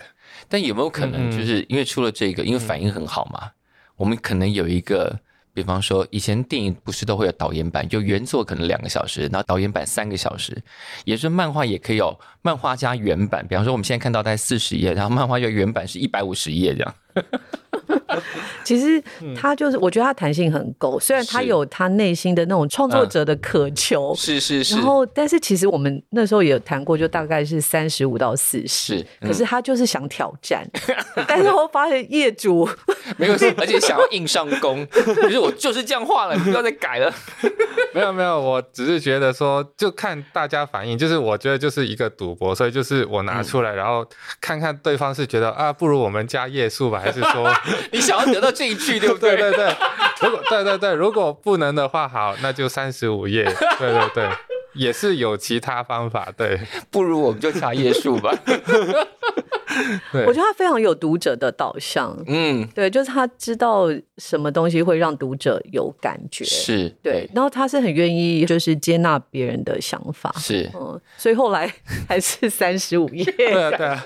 [SPEAKER 2] 但有没有可能，
[SPEAKER 1] 嗯嗯
[SPEAKER 2] 就是因为出了这个，因为反应很好嘛，我们可能有一个比方说，以前电影不是都会有导演版，就原作可能两个小时，然后导演版三个小时，也就是漫画也可以有漫画加原版。比方说，我们现在看到大概四十页，然后漫画就原版是一百五十页这样。
[SPEAKER 3] 其实他就是，我觉得他弹性很够，虽然他
[SPEAKER 2] 是
[SPEAKER 3] 有他内心的那种创作者的渴求，
[SPEAKER 2] 是是是
[SPEAKER 3] 然，后但是其实我们那时候也有谈过，就大概是三十五到四十，
[SPEAKER 2] 是
[SPEAKER 3] 可是嗯他就是想挑 [LAUGHS] 战，但是我发现业主
[SPEAKER 2] 没有，而且想要硬上弓，就是我就是这样画了，你不要再改了。 [LAUGHS]
[SPEAKER 1] 没有没有，我只是觉得说，就看大家反应，就是我觉得就是一个赌博，所以就是我拿出来，然后看看对方是觉得啊，不如我们加页数吧，还是说，
[SPEAKER 2] 你想要得到这一句，对不
[SPEAKER 1] 对
[SPEAKER 2] [LAUGHS] 对？
[SPEAKER 1] 对对，如果对对对，如果不能的话，好，那就三十五页，对对对，也是有其他方法，对
[SPEAKER 2] 不如我们就查页数 [LAUGHS] 吧。
[SPEAKER 1] 对
[SPEAKER 3] 我，觉得他非常有读者的导向，
[SPEAKER 2] 嗯，
[SPEAKER 3] 对，就是他知道什么东西会让读者有感觉，
[SPEAKER 2] 是，
[SPEAKER 3] 对，然后他是很愿意就是接纳别人的想法，
[SPEAKER 2] 是。
[SPEAKER 3] 嗯，所以后来 [LAUGHS] 还是三十五页，
[SPEAKER 1] 对啊对啊，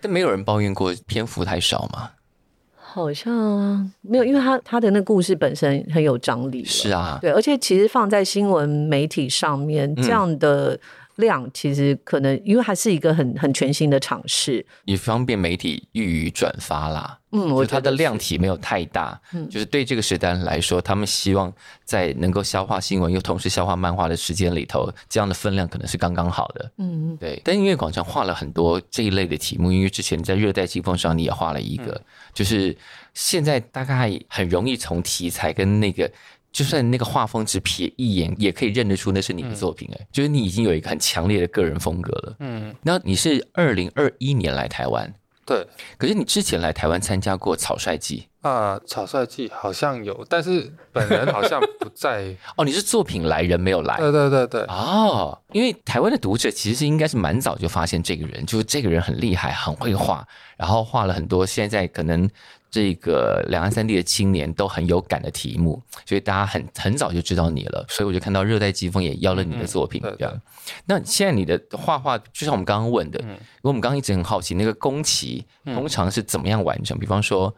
[SPEAKER 2] 但没有人抱怨过篇幅太少嘛？
[SPEAKER 3] [LAUGHS] 好像没有，因为他他的那故事本身很有张力，
[SPEAKER 2] 是。啊，
[SPEAKER 3] 对，而且其实放在新闻媒体上面，
[SPEAKER 2] 嗯
[SPEAKER 3] 这样的量其实可能，因为还是一个很很全新的尝试。
[SPEAKER 2] 也方便媒体予以转发啦。
[SPEAKER 3] 嗯，
[SPEAKER 2] 就
[SPEAKER 3] 我
[SPEAKER 2] 它
[SPEAKER 3] 觉
[SPEAKER 2] 的
[SPEAKER 3] 得
[SPEAKER 2] 量
[SPEAKER 3] 是
[SPEAKER 2] 体没有太大，
[SPEAKER 3] 嗯
[SPEAKER 2] 就是对这个时代来说，他们希望在能够消化新闻又同时消化漫画的时间里头，这样的分量可能是刚刚好的。
[SPEAKER 3] 嗯，
[SPEAKER 2] 对，但音乐广场画了很多这一类的题目，因为之前在《热带季风》上你也画了一个，
[SPEAKER 3] 嗯
[SPEAKER 2] 就是现在大概很容易从题材跟那个。就算那个画风只瞥一眼，也可以认得出那是你
[SPEAKER 3] 嗯
[SPEAKER 2] 的作品、哎、就是你已经有一个很强烈的个人风格了。
[SPEAKER 1] 嗯，
[SPEAKER 2] 那你是二零二一年来台湾，
[SPEAKER 1] 对。
[SPEAKER 2] 可是你之前来台湾参加过草率季
[SPEAKER 1] 啊，草率季好像有，但是本人好像不在。
[SPEAKER 2] 哦，你是作品来人没有来
[SPEAKER 1] 对对对对，
[SPEAKER 2] 哦，因为台湾的读者其实应该是蛮早就发现这个人，就是这个人很厉害，很会画，然后画了很多现在可能这个两岸三地的青年都很有感的题目，所以大家很很早就知道你了，所以我就看到热带季风也邀了你的作品，
[SPEAKER 1] 嗯对
[SPEAKER 2] 这样。那现在你的画画，就像我们刚刚问的，因为我们刚刚一直很好奇那个工期通常是怎么样完成，比方说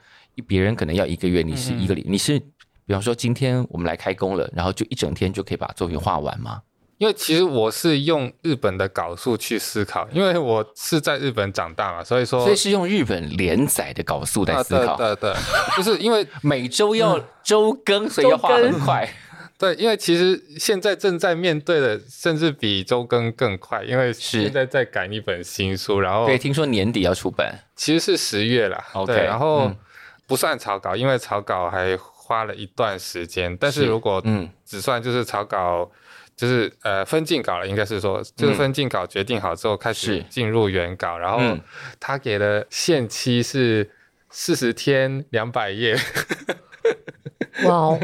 [SPEAKER 2] 别人可能要一个月，你是一个礼，你是。比方说，今天我们来开工了，然后就一整天就可以把作品画完吗？
[SPEAKER 1] 因为其实我是用日本的稿数去思考，因为我是在日本长大嘛，所以说
[SPEAKER 2] 所以是用日本连载的稿速在
[SPEAKER 1] 啊，
[SPEAKER 2] 思
[SPEAKER 1] 对
[SPEAKER 2] 考，
[SPEAKER 1] 对嗯对， [LAUGHS] 就是因为
[SPEAKER 2] 每周要周更，所以要画很快。
[SPEAKER 1] 对，因为其实现在正在面对的，甚至比周更更快，因为现在在赶一本新书，然后
[SPEAKER 2] 对，听说年底要出版，
[SPEAKER 1] 其实是十月啦
[SPEAKER 2] OK，
[SPEAKER 1] 对，然后
[SPEAKER 2] 嗯
[SPEAKER 1] 不算草稿，因为草稿还花了一段时间，但
[SPEAKER 2] 是
[SPEAKER 1] 是如果
[SPEAKER 2] 嗯
[SPEAKER 1] 只算就是草稿，就是呃分镜稿了，应该是说就是分镜稿决定好之后开
[SPEAKER 2] 嗯是
[SPEAKER 1] 始进入原稿，然后
[SPEAKER 2] 嗯
[SPEAKER 1] 他给的限期是四十天两百页， [LAUGHS]
[SPEAKER 3] 哇
[SPEAKER 2] [LAUGHS]
[SPEAKER 3] 哦，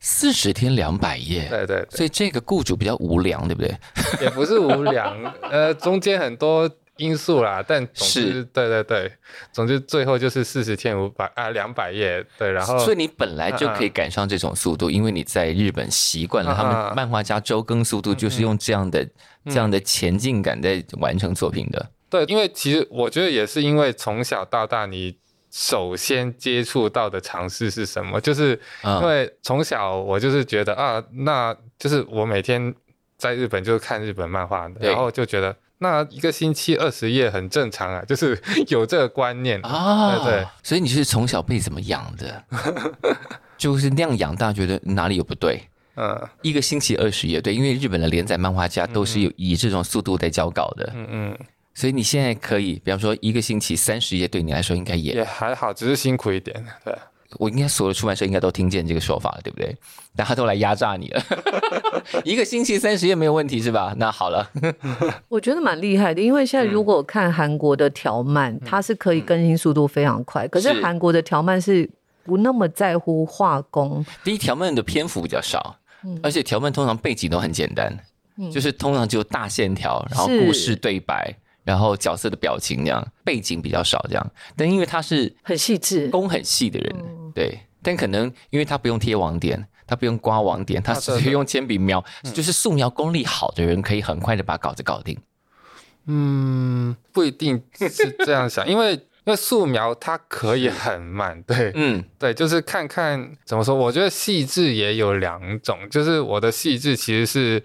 [SPEAKER 2] 四十天两百页，
[SPEAKER 1] 对对对，
[SPEAKER 2] 所以这个雇主比较无良，对不对？
[SPEAKER 1] [LAUGHS] 也不是无良，
[SPEAKER 2] [LAUGHS]
[SPEAKER 1] 呃，中间很多。因素啦，但总之
[SPEAKER 2] 是，
[SPEAKER 1] 对对对，总之最后就是四十天五百啊两百页，对，然后
[SPEAKER 2] 所以你本来就可以赶上这种速度，因为你在日本习惯了他
[SPEAKER 1] 嗯
[SPEAKER 2] 们
[SPEAKER 1] 嗯
[SPEAKER 2] 漫画家周更速度，就是用这样的、这样的前进感在完成作品的。
[SPEAKER 1] 对，因为其实我觉得也是因为从小到大，你首先接触到的尝试是什么？就是因
[SPEAKER 2] 嗯，
[SPEAKER 1] 为从小我就是觉得啊，那就是我每天在日本就是看日本漫画的，
[SPEAKER 2] 对
[SPEAKER 1] 然后就觉得那一个星期二十页很正常啊，就是有这个观念。
[SPEAKER 2] 啊，
[SPEAKER 1] 嗯对对，
[SPEAKER 2] 所以你是从小被怎么养
[SPEAKER 1] [LAUGHS]
[SPEAKER 2] 的？就是那样养大，觉得哪里有不对。
[SPEAKER 1] 嗯
[SPEAKER 2] 一个星期二十页，对，因为日本的连载漫画家都是有以这种速度在交稿的，
[SPEAKER 1] 嗯嗯，
[SPEAKER 2] 所以你现在可以，比方说一个星期三十页，对你来说应该也，
[SPEAKER 1] 也还好，只是辛苦一点。对，
[SPEAKER 2] 我应该所有的出版社应该都听见这个说法了，对不对？大家都来压榨你了，一个星期三十页没有问题是吧？那好了，
[SPEAKER 3] 我觉得蛮厉害的，因为现在如
[SPEAKER 2] 嗯
[SPEAKER 3] 果看韩国的条漫，它是可以更新速度非常快，可是
[SPEAKER 2] 是
[SPEAKER 3] 韩国的条漫是不那么在乎画工，
[SPEAKER 2] 第一条漫的篇幅比较少，
[SPEAKER 3] 嗯
[SPEAKER 2] 而且条漫通常背景都很简单，就是通常只有大线条，然后
[SPEAKER 3] 是
[SPEAKER 2] 故事对白，然后角色的表情这样，背景比较少这样。但因为它是
[SPEAKER 3] 很细致。嗯
[SPEAKER 2] 工很细的人，对，但可能因为他不用贴网点，他不用刮网点，他
[SPEAKER 1] 啊
[SPEAKER 2] 直
[SPEAKER 1] 对嗯
[SPEAKER 2] 接
[SPEAKER 1] 对
[SPEAKER 2] 用铅笔描，就是素描功力好的人可以很快的把稿子搞定。
[SPEAKER 1] 嗯，不一定是这样想，因为因为素描它可以很慢，对，
[SPEAKER 2] 嗯
[SPEAKER 1] 对，就是看看怎么说。我觉得细致也有两种，就是我的细致其实是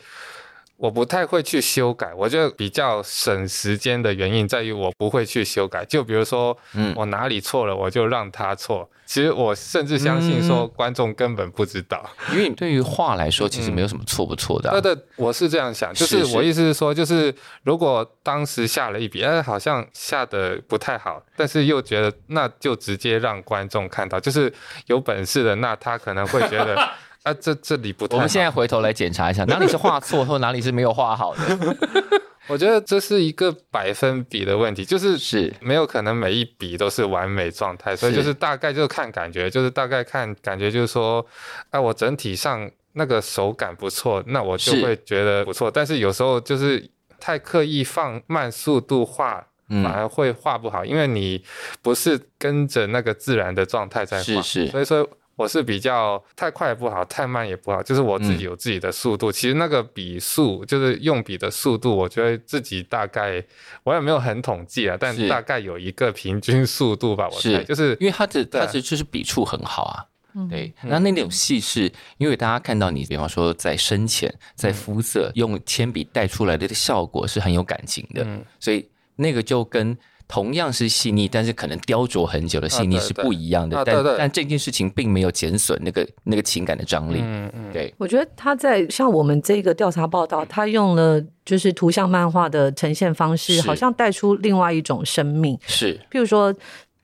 [SPEAKER 1] 我不太会去修改，我觉得比较省时间的原因在于我不会去修改。就比如说，
[SPEAKER 2] 嗯
[SPEAKER 1] 我哪里错了，我就让他错。其实我甚至相信说
[SPEAKER 2] 嗯
[SPEAKER 1] 观众根本不知道。
[SPEAKER 2] 因为对于画来说，其实没有什么错不错的啊、
[SPEAKER 1] 对对，我是这样想，就是是
[SPEAKER 2] 是
[SPEAKER 1] 我意思是说，就是如果当时下了一笔，哎，好像下的不太好，但是又觉得那就直接让观众看到，就是有本事的，那他可能会觉
[SPEAKER 2] [LAUGHS]
[SPEAKER 1] 得啊，这这里不太好。
[SPEAKER 2] 我们现在回头来检查一下，哪里是画错，或哪里是没有画好的。
[SPEAKER 1] 我觉得这是一个百分比的问题，就是
[SPEAKER 2] 是
[SPEAKER 1] 没有可能每一笔都是完美状态，所以
[SPEAKER 2] 是
[SPEAKER 1] 就是大概就是看感觉，就是大概看感觉，就是说，啊，我整体上那个手感不错，那我就是会觉得不错。但是有时候就是太刻意放慢速度画，
[SPEAKER 2] 嗯
[SPEAKER 1] 反而会画不好，因为你不是跟着那个自然的状态在画，
[SPEAKER 2] 是是
[SPEAKER 1] 所以说。我是比较太快也不好，太慢也不好，就是我自
[SPEAKER 2] 嗯
[SPEAKER 1] 己有自己的速度。其实那个笔速，就是用笔的速度，我觉得自己大概我也没有很统计啊，但
[SPEAKER 2] 是
[SPEAKER 1] 大概有一个平均速度吧。我猜
[SPEAKER 2] 是
[SPEAKER 1] 就是
[SPEAKER 2] 因为他的
[SPEAKER 1] 对啊
[SPEAKER 2] 他的就是笔触很好啊。
[SPEAKER 3] 嗯
[SPEAKER 2] 对，那那种细是因为大家看到你，比方说在深浅、
[SPEAKER 1] 嗯
[SPEAKER 2] 在肤色，用铅笔带出来的效果是很有感情的，
[SPEAKER 1] 嗯
[SPEAKER 2] 所以那个就跟同样是细腻，但是可能雕琢很久的细腻
[SPEAKER 1] 啊对
[SPEAKER 2] 是不一样的。
[SPEAKER 1] 对啊
[SPEAKER 2] 但
[SPEAKER 1] 对对
[SPEAKER 2] 但这件事情并没有减损那个那个情感的张力。
[SPEAKER 1] 嗯嗯，
[SPEAKER 2] 对，
[SPEAKER 3] 我觉得他在像我们这个调查报道，他用了就是图像漫画的呈现方式，
[SPEAKER 2] 是
[SPEAKER 3] 好像带出另外一种生命。
[SPEAKER 2] 是
[SPEAKER 3] 譬如说，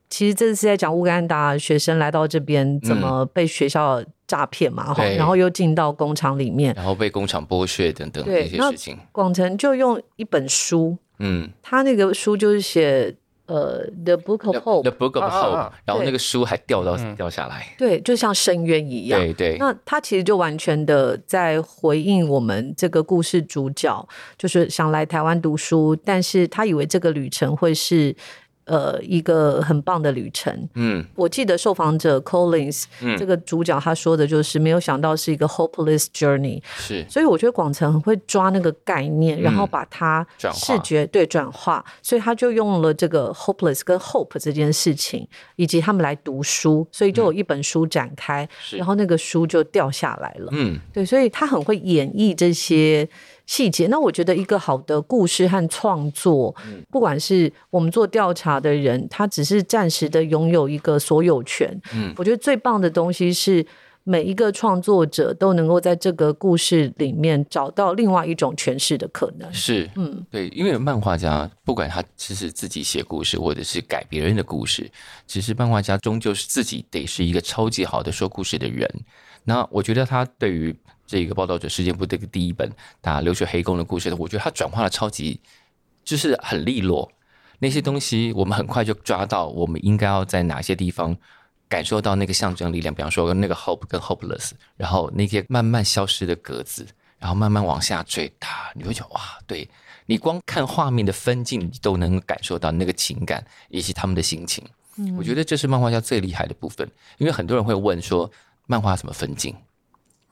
[SPEAKER 3] 其实这次在讲乌干达学生来到这边怎么被学校诈骗嘛，哈、
[SPEAKER 2] 嗯对
[SPEAKER 3] 然后又进到工厂里面。
[SPEAKER 2] 然后被工厂剥削等等
[SPEAKER 3] 对
[SPEAKER 2] 这些
[SPEAKER 3] 那
[SPEAKER 2] 事情。
[SPEAKER 3] 广城就用一本书，
[SPEAKER 2] 嗯
[SPEAKER 3] 他那个书就是写呃《The Book of Hope》
[SPEAKER 2] ，The Book of
[SPEAKER 1] 啊啊
[SPEAKER 2] Hope，、
[SPEAKER 1] 啊
[SPEAKER 2] 然后
[SPEAKER 3] 对
[SPEAKER 2] 那个书还掉到、
[SPEAKER 1] 嗯
[SPEAKER 2] 掉下来。
[SPEAKER 3] 对，就像深渊一样。
[SPEAKER 2] 对对，
[SPEAKER 3] 那他其实就完全的在回应我们这个故事主角，就是想来台湾读书，但是他以为这个旅程会是呃一个很棒的旅程。
[SPEAKER 2] 嗯
[SPEAKER 3] 我记得受访者 Collins、
[SPEAKER 2] 嗯
[SPEAKER 3] 这个主角他说的就是没有想到是一个 hopeless journey，
[SPEAKER 2] 是
[SPEAKER 3] 所以我觉得广城很会抓那个概念，然后把它
[SPEAKER 2] 嗯转化
[SPEAKER 3] 视觉对转化，所以他就用了这个 hopeless 跟 hope 这件事情，以及他们来读书，所以就有
[SPEAKER 2] 嗯
[SPEAKER 3] 一本书展开，
[SPEAKER 2] 是
[SPEAKER 3] 然后那个书就掉下来了。
[SPEAKER 2] 嗯
[SPEAKER 3] 对，所以他很会演绎这些细节。那我觉得一个好的故事和创作，
[SPEAKER 2] 嗯
[SPEAKER 3] 不管是我们做调查的人，他只是暂时的拥有一个所有权。
[SPEAKER 2] 嗯
[SPEAKER 3] 我觉得最棒的东西是。每一个创作者都能够在这个故事里面找到另外一种诠释的可能。
[SPEAKER 2] 是
[SPEAKER 3] 嗯，
[SPEAKER 2] 对，因为漫画家不管他其实自己写故事，或者是改别人的故事，其实漫画家终究是自己得是一个超级好的说故事的人。那我觉得他对于这个《报道者事件簿》这个第一本打流血黑工的故事，我觉得他转化的超级就是很利落。那些东西我们很快就抓到，我们应该要在哪些地方感受到那个象征力量，比方说那个 hope 跟 hopeless，然后那些慢慢消失的格子，然后慢慢往下坠，它你会觉得哇，对你光看画面的分镜，你都能感受到那个情感以及他们的心情。
[SPEAKER 1] 嗯
[SPEAKER 2] 我觉得这是漫画家最厉害的部分，因为很多人会问说，漫画怎么分镜？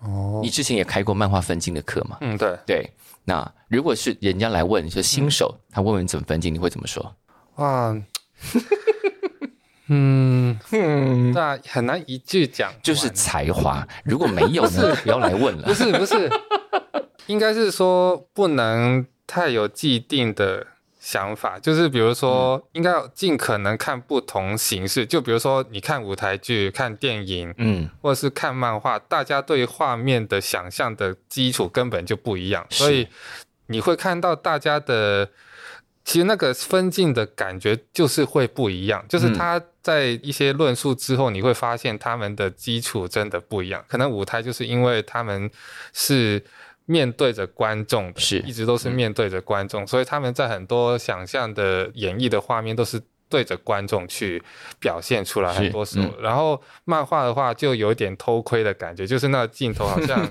[SPEAKER 1] 哦
[SPEAKER 2] 你，之前也开过漫画分镜的课吗？
[SPEAKER 1] 嗯，对，
[SPEAKER 2] 对，那如果是人家来问，就新手，他问问你怎么分镜，你会怎么说？
[SPEAKER 1] 哇， [LAUGHS] 嗯，
[SPEAKER 2] 嗯，
[SPEAKER 1] 那很难一句讲完，
[SPEAKER 2] 就是才华。如果没有呢，不要来问
[SPEAKER 1] 不
[SPEAKER 2] 了。
[SPEAKER 1] 是不是，应该是说不能太有既定的想法，就是比如说，应该要尽可能看不同形式，就比如说你看舞台剧、看电影，
[SPEAKER 2] 嗯，
[SPEAKER 1] 或者是看漫画，大家对画面的想象的基础根本就不一样，
[SPEAKER 2] 是
[SPEAKER 1] 所以你会看到大家的。其实那个分镜的感觉就是会不一样，就是
[SPEAKER 2] 嗯
[SPEAKER 1] 他在一些论述之后，你会发现他们的基础真的不一样。可能舞台就是因为他们是面对着观众的，
[SPEAKER 2] 是嗯
[SPEAKER 1] 一直都是面对着观众，所以他们在很多想象的演绎的画面都是对着观众去表现出来，
[SPEAKER 2] 是
[SPEAKER 1] 很多时候
[SPEAKER 2] 嗯
[SPEAKER 1] 然后漫画的话就有点偷窥的感觉，就是那个镜头好
[SPEAKER 2] [LAUGHS]
[SPEAKER 1] 像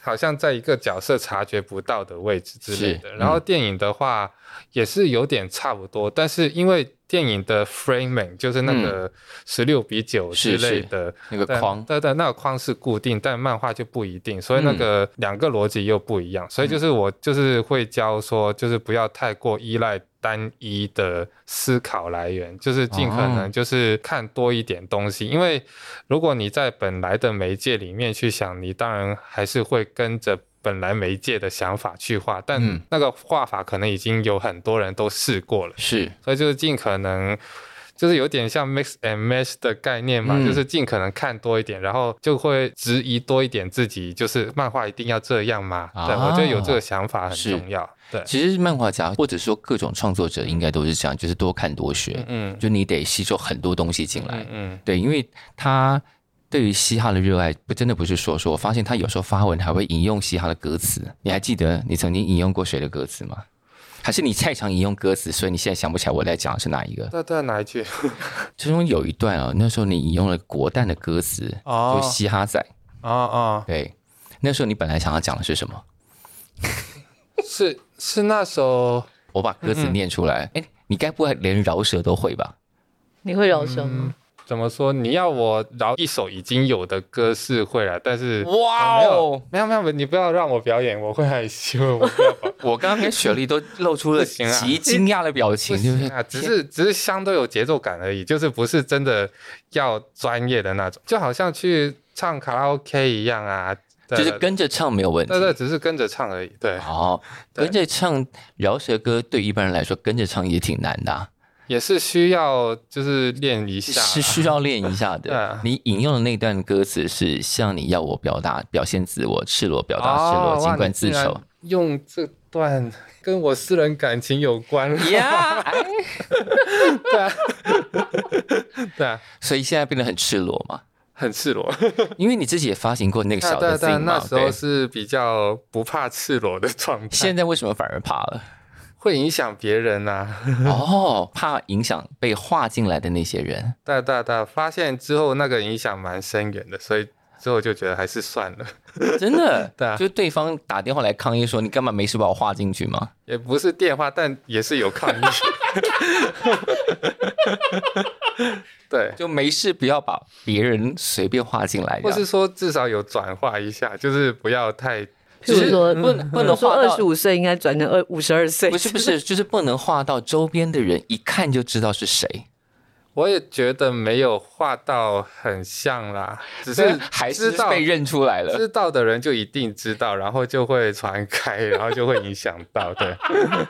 [SPEAKER 1] 好像在一个角色察觉不到的位置之类的。
[SPEAKER 2] 是
[SPEAKER 1] 然后
[SPEAKER 2] 嗯
[SPEAKER 1] 电影的话也是有点差不多，但是因为电影的 framing 就是那个十六比九之
[SPEAKER 2] 嗯是是
[SPEAKER 1] 类的
[SPEAKER 2] 那个
[SPEAKER 1] 对
[SPEAKER 2] 框嗯
[SPEAKER 1] 对对，那个框是固定，但漫画就不一定，所以那个两个逻辑又不一样。所以就是我就是会教说，就是不要太过依赖单一的思考来源，就是尽可
[SPEAKER 2] 哦
[SPEAKER 1] 能就是看多一点东西。因为如果你在本来的媒介里面去想，你当然还是会跟着。本来媒介的想法去画，
[SPEAKER 2] 嗯
[SPEAKER 1] 但那个画法可能已经有很多人都试过了，
[SPEAKER 2] 是
[SPEAKER 1] 所以就是尽可能，就是有点像 mix and match 的概念嘛，
[SPEAKER 2] 嗯
[SPEAKER 1] 就是尽可能看多一点，然后就会质疑多一点自己，就是漫画一定要这样嘛？
[SPEAKER 2] 啊
[SPEAKER 1] 对，我觉得有这个想法很
[SPEAKER 2] 是
[SPEAKER 1] 重要。对，
[SPEAKER 2] 其实漫画家或者说各种创作者应该都是这样，就是多看多学，
[SPEAKER 1] 嗯
[SPEAKER 2] 就你得吸收很多东西进来
[SPEAKER 1] 嗯。嗯
[SPEAKER 2] 对，因为他对于嘻哈的热爱，不真的不是说说。我发现他有时候发文还会引用嘻哈的歌词。你还记得你曾经引用过谁的歌词吗？还是你太常引用歌词，所以你现在想不起来我在讲的是哪一个？
[SPEAKER 1] 对对，哪一句？
[SPEAKER 2] 其中有一段啊，那时候你引用了国蛋的歌词，
[SPEAKER 1] 哦 [LAUGHS]
[SPEAKER 2] 就是嘻哈仔。
[SPEAKER 1] 哦哦，
[SPEAKER 2] 对，那时候你本来想要讲的是什么？
[SPEAKER 1] 是是那首
[SPEAKER 2] 我把歌词念出来。哎、你该不会连饶舌都会吧？
[SPEAKER 3] 你会饶舌
[SPEAKER 2] 嗯
[SPEAKER 3] 吗？
[SPEAKER 1] 怎么说？你要我饶一首已经有的歌是会了，但是
[SPEAKER 2] 哇哦
[SPEAKER 1] 没有没有没有，你不要让我表演，我会害羞。我不要表
[SPEAKER 2] 我刚刚跟雪莉都露出了
[SPEAKER 1] 不行啊
[SPEAKER 2] [LAUGHS] 极惊讶的表情，
[SPEAKER 1] 不
[SPEAKER 2] 就
[SPEAKER 1] 行
[SPEAKER 2] 是
[SPEAKER 1] 啊，只是只是相对有节奏感而已，就是不是真的要专业的那种，就好像去唱卡拉 OK 一样啊，对
[SPEAKER 2] 就是跟着唱没有问题
[SPEAKER 1] 对。对，只是跟着唱而已，对，
[SPEAKER 2] 哦，
[SPEAKER 1] 对
[SPEAKER 2] 跟着唱饶舌歌对一般人来说，跟着唱也挺难的啊、
[SPEAKER 1] 也是需要就是练一下啊，
[SPEAKER 2] 是需要练一下
[SPEAKER 1] [LAUGHS] 对
[SPEAKER 2] 的
[SPEAKER 1] 啊。
[SPEAKER 2] 你引用的那段歌词是像你要我表达表现自我，赤裸表达赤啊裸，
[SPEAKER 1] 哦，
[SPEAKER 2] 尽
[SPEAKER 1] 哇
[SPEAKER 2] 管
[SPEAKER 1] 你
[SPEAKER 2] 自
[SPEAKER 1] 竟然 [LAUGHS]
[SPEAKER 2] 丑。
[SPEAKER 1] 用这段跟我私人感情有关，
[SPEAKER 2] 呀，哎
[SPEAKER 1] 对啊，对啊，
[SPEAKER 2] 所以现在变得很赤裸嘛，
[SPEAKER 1] [LAUGHS] 很赤裸，
[SPEAKER 2] 因为你自己也发行过那个
[SPEAKER 1] 那
[SPEAKER 2] 小
[SPEAKER 1] 对
[SPEAKER 2] 的
[SPEAKER 1] 啊对啊
[SPEAKER 2] thing
[SPEAKER 1] 那
[SPEAKER 2] 嘛，
[SPEAKER 1] 时候
[SPEAKER 2] 对。
[SPEAKER 1] 是比较不怕赤裸的状态，
[SPEAKER 2] 现在为什么反而怕
[SPEAKER 1] [LAUGHS]
[SPEAKER 2] 了？
[SPEAKER 1] 会影响别人啊。
[SPEAKER 2] 哦，怕影响被划进来的那些人。
[SPEAKER 1] 大大大发现之后，那个影响蛮深远的，所以之后就觉得还是算了，
[SPEAKER 2] 真的，
[SPEAKER 1] [LAUGHS] 对啊
[SPEAKER 2] 就是对方打电话来抗议说你干嘛没事把我划进去吗？
[SPEAKER 1] 也不是电话，但也是有抗议。 [LAUGHS] 对，
[SPEAKER 2] 就没事不要把别人随便划进来，
[SPEAKER 1] 或
[SPEAKER 2] 这
[SPEAKER 1] 是
[SPEAKER 2] 样
[SPEAKER 1] 说至少有转化一下，就是不要太
[SPEAKER 3] 譬如说，
[SPEAKER 2] 不能不
[SPEAKER 3] 比
[SPEAKER 2] 能
[SPEAKER 3] 如说
[SPEAKER 2] 划
[SPEAKER 3] 二
[SPEAKER 2] 到
[SPEAKER 3] 十。五岁应该转成二五十二岁，
[SPEAKER 2] 不是不是， [LAUGHS] 就是不能划到周边的人，一看就知道是谁。
[SPEAKER 1] 我也觉得没有画到很像啦，只
[SPEAKER 2] 所以
[SPEAKER 1] 是
[SPEAKER 2] 还是
[SPEAKER 1] 知道
[SPEAKER 2] 被认出来了。
[SPEAKER 1] 知道的人就一定知道，然后就会传开，然后就会影响到，对，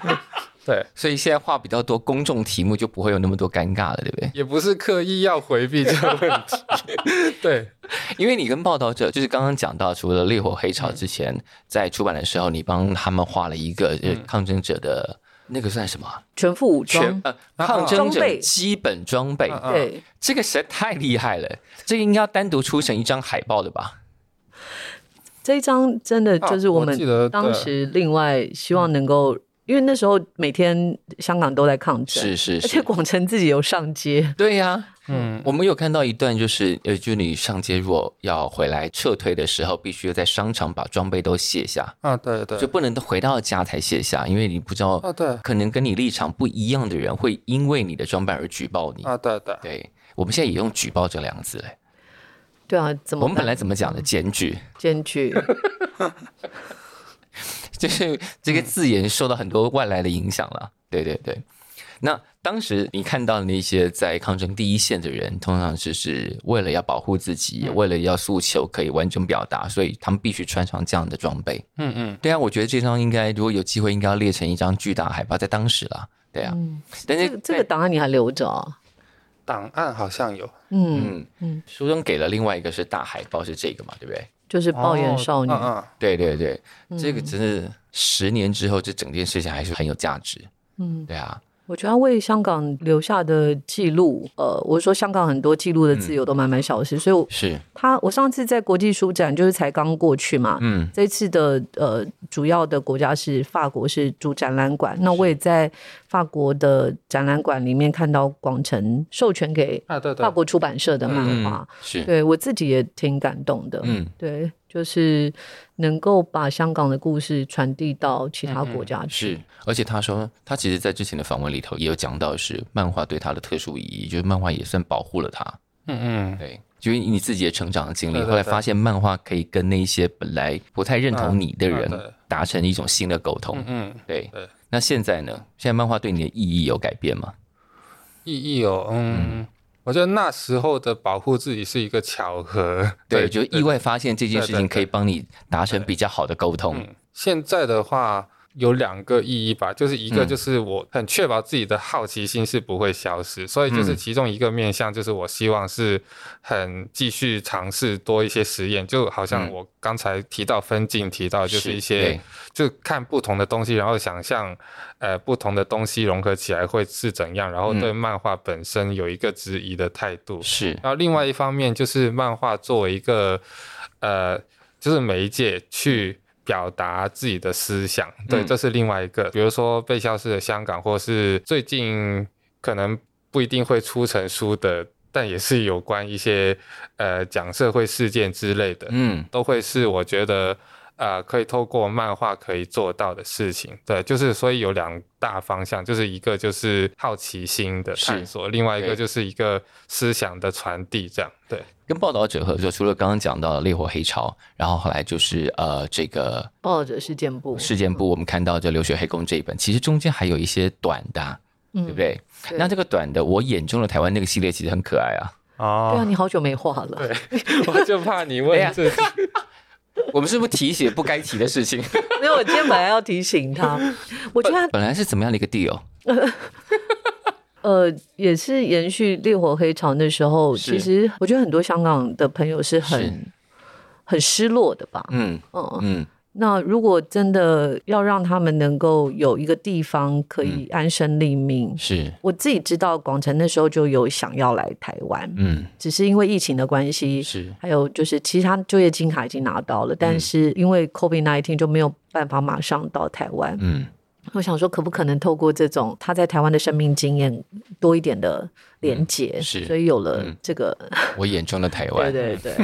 [SPEAKER 1] [LAUGHS] 对，
[SPEAKER 2] 所以现在话比较多，公众题目就不会有那么多尴尬了，对不对？
[SPEAKER 1] 也不是刻意要回避这个问题， [LAUGHS] 对，
[SPEAKER 2] 因为你跟报道者就是刚刚讲到，除了《烈火黑潮》之前，在出版的时候，你帮他们画了一个呃抗争者的那个算什么啊？
[SPEAKER 3] 全副武
[SPEAKER 2] 全啊呃
[SPEAKER 3] 装。
[SPEAKER 2] 抗争
[SPEAKER 3] 装
[SPEAKER 2] 者
[SPEAKER 3] 备
[SPEAKER 2] 基本装备，
[SPEAKER 1] 嗯
[SPEAKER 3] 对，
[SPEAKER 2] 这个实在太厉害了，这个应该要单独出成一张海报的吧？
[SPEAKER 3] 这一张真的就是
[SPEAKER 1] 啊
[SPEAKER 3] 我
[SPEAKER 1] 我
[SPEAKER 3] 们
[SPEAKER 1] 记得
[SPEAKER 3] 当时另外希望能够，因为那时候每天香港都在抗争，
[SPEAKER 2] 是是
[SPEAKER 3] 而且
[SPEAKER 2] 是，
[SPEAKER 3] 广城自己有上街，
[SPEAKER 2] 对呀、
[SPEAKER 1] 嗯，
[SPEAKER 2] 我们有看到一段，就是呃，就你上街若要回来撤退的时候，必须在商场把装备都卸下，
[SPEAKER 1] 啊，对对
[SPEAKER 2] 就不能回到家才卸下，因为你不知道，
[SPEAKER 1] 啊，对
[SPEAKER 2] 可能跟你立场不一样的人会因为你的装扮而举报你。
[SPEAKER 1] 啊，对对，
[SPEAKER 2] 对，我们现在也用“举报”这两个字嘞。
[SPEAKER 3] [LAUGHS] 对啊，
[SPEAKER 1] 嗯
[SPEAKER 3] 怎么
[SPEAKER 2] 我们本
[SPEAKER 3] 办
[SPEAKER 2] 来怎么讲的？检举，
[SPEAKER 3] 检举？
[SPEAKER 2] [LAUGHS] 就是这个
[SPEAKER 3] 嗯
[SPEAKER 2] 字眼受到很多外来的影响了。对对对。那当时你看到那些在抗争第一线的人，通常就是为了要保护自己，
[SPEAKER 3] 嗯
[SPEAKER 2] 为了要诉求可以完整表达，所以他们必须穿上这样的装备。
[SPEAKER 1] 嗯嗯，
[SPEAKER 2] 对啊，我觉得这张应该如果有机会，应该要列成一张巨大海报，在当时啦。对啊，但
[SPEAKER 3] 嗯这
[SPEAKER 2] 是
[SPEAKER 3] 个这个档案你还留着啊？
[SPEAKER 1] 档案好像有
[SPEAKER 3] 嗯，
[SPEAKER 2] 嗯嗯，书中给了另外一个是大海报，是这个嘛，对不对？
[SPEAKER 3] 就是抱怨少女，
[SPEAKER 1] 哦嗯
[SPEAKER 2] 对对
[SPEAKER 3] 嗯
[SPEAKER 2] 对，这个真是十年之后，这整件事情还是很有价值。
[SPEAKER 3] 嗯，
[SPEAKER 2] 对啊，
[SPEAKER 3] 我觉得他为香港留下的记录，呃，我说香港很多记录的自由都慢慢消失，所以我
[SPEAKER 2] 是，
[SPEAKER 3] 他我上次在国际书展就是才刚过去嘛，
[SPEAKER 2] 嗯，
[SPEAKER 3] 这次的呃主要的国家是法国，是主展览馆。那我也在法国的展览馆里面看到广城授权给
[SPEAKER 1] 嗯，啊，对对
[SPEAKER 3] 法，国出版社的漫画，
[SPEAKER 2] 嗯是，
[SPEAKER 3] 对我自己也挺感动的。
[SPEAKER 2] 嗯，
[SPEAKER 3] 对，就是能够把香港的故事传递到其他国家去。
[SPEAKER 2] 嗯是，而且他说，他其实在之前的访问里头也有讲到，是漫画对他的特殊意义，就是漫画也算保护了他。
[SPEAKER 1] 嗯嗯，
[SPEAKER 2] 对，就是你自己的成长的经历，
[SPEAKER 1] 对对
[SPEAKER 2] 后来
[SPEAKER 1] 对
[SPEAKER 2] 发现漫画可以跟那一些本来不太认同你的人
[SPEAKER 1] 啊对
[SPEAKER 2] 达成一种新的沟通。
[SPEAKER 1] 嗯，
[SPEAKER 2] 对
[SPEAKER 1] 对，
[SPEAKER 2] 那现在呢？现在漫画对你的意义有改变吗？
[SPEAKER 1] 意义哦，嗯，我觉得那时候的保护自己是一个巧合，
[SPEAKER 2] 对，就意外发现这件事
[SPEAKER 1] 对对
[SPEAKER 2] 情
[SPEAKER 1] 对
[SPEAKER 2] 可以帮你达成比较好的沟通。
[SPEAKER 1] 嗯，现在的话有两个意义吧，就是一个
[SPEAKER 2] 嗯
[SPEAKER 1] 就是我很确保自己的好奇心是不会消失，所以就是
[SPEAKER 2] 嗯
[SPEAKER 1] 其中一个面向就是我希望是很继续尝试多一些实验，就好像
[SPEAKER 2] 嗯
[SPEAKER 1] 我刚才提到分镜提到就是一些
[SPEAKER 2] 对
[SPEAKER 1] 就看不同的东西，然后想象呃不同的东西融合起来会是怎样，然后
[SPEAKER 2] 嗯
[SPEAKER 1] 对漫画本身有一个质疑的态度，
[SPEAKER 2] 是
[SPEAKER 1] 然后另外一方面就是漫画作为一个呃，就是媒介去表达自己的思想，对，
[SPEAKER 2] 嗯
[SPEAKER 1] 这是另外一个。比如说被消失的香港，或是最近可能不一定会出成书的，但也是有关一些呃讲社会事件之类的，
[SPEAKER 2] 嗯
[SPEAKER 1] 都会是我觉得。呃，可以透过漫画可以做到的事情，对，就是所以有两大方向，就是一个就是好奇心的
[SPEAKER 2] 是
[SPEAKER 1] 探索，另外一个
[SPEAKER 2] 对
[SPEAKER 1] 就是一个思想的传递，这样对。
[SPEAKER 2] 跟报道者合作，除了刚刚讲到的烈火黑潮，然后后来就是呃这个
[SPEAKER 3] 报者事件部，
[SPEAKER 2] 事件部，我们看到这《流血黑工》这一本，其实中间还有一些短的啊，
[SPEAKER 3] 对
[SPEAKER 2] 对不？对？
[SPEAKER 3] 嗯对
[SPEAKER 2] 那这个短的，我眼中的台湾那个系列其实很可爱
[SPEAKER 3] [LAUGHS]
[SPEAKER 2] 啊。
[SPEAKER 3] 对
[SPEAKER 1] 哦
[SPEAKER 3] 啊，，你好久没画了，
[SPEAKER 1] 我就怕你问自己。
[SPEAKER 2] 我们是不是提起不该提的事
[SPEAKER 3] [LAUGHS]
[SPEAKER 2] 情？
[SPEAKER 3] [LAUGHS] 没有，我今天本来要提
[SPEAKER 2] [LAUGHS]
[SPEAKER 3] 醒他，我觉得他
[SPEAKER 2] 本来是怎么样的一个 deal？
[SPEAKER 3] 呃，也是延续烈火黑潮那时候，
[SPEAKER 2] 是
[SPEAKER 3] 其实我觉得很多香港的朋友是很
[SPEAKER 2] 是
[SPEAKER 3] 很失落的吧。
[SPEAKER 2] 嗯
[SPEAKER 3] 嗯，
[SPEAKER 2] 嗯，
[SPEAKER 3] 那如果真的要让他们能够有一个地方可以安身立命，
[SPEAKER 2] 嗯是
[SPEAKER 3] 我自己知道广城那时候就有想要来台湾，
[SPEAKER 2] 嗯
[SPEAKER 3] 只是因为疫情的关系，
[SPEAKER 2] 是嗯
[SPEAKER 3] 还有就是其实他就业金卡已经拿到了，但是因为 COVID 1 9就没有办法马上到台湾。
[SPEAKER 2] 嗯
[SPEAKER 3] 我想说，可不可能透过这种他在台湾的生命经验多一点的连结，
[SPEAKER 2] 嗯是
[SPEAKER 3] 所以有了
[SPEAKER 2] 嗯
[SPEAKER 3] 这个，
[SPEAKER 2] 我眼中的台湾。
[SPEAKER 3] 对
[SPEAKER 2] [LAUGHS]
[SPEAKER 3] 对对，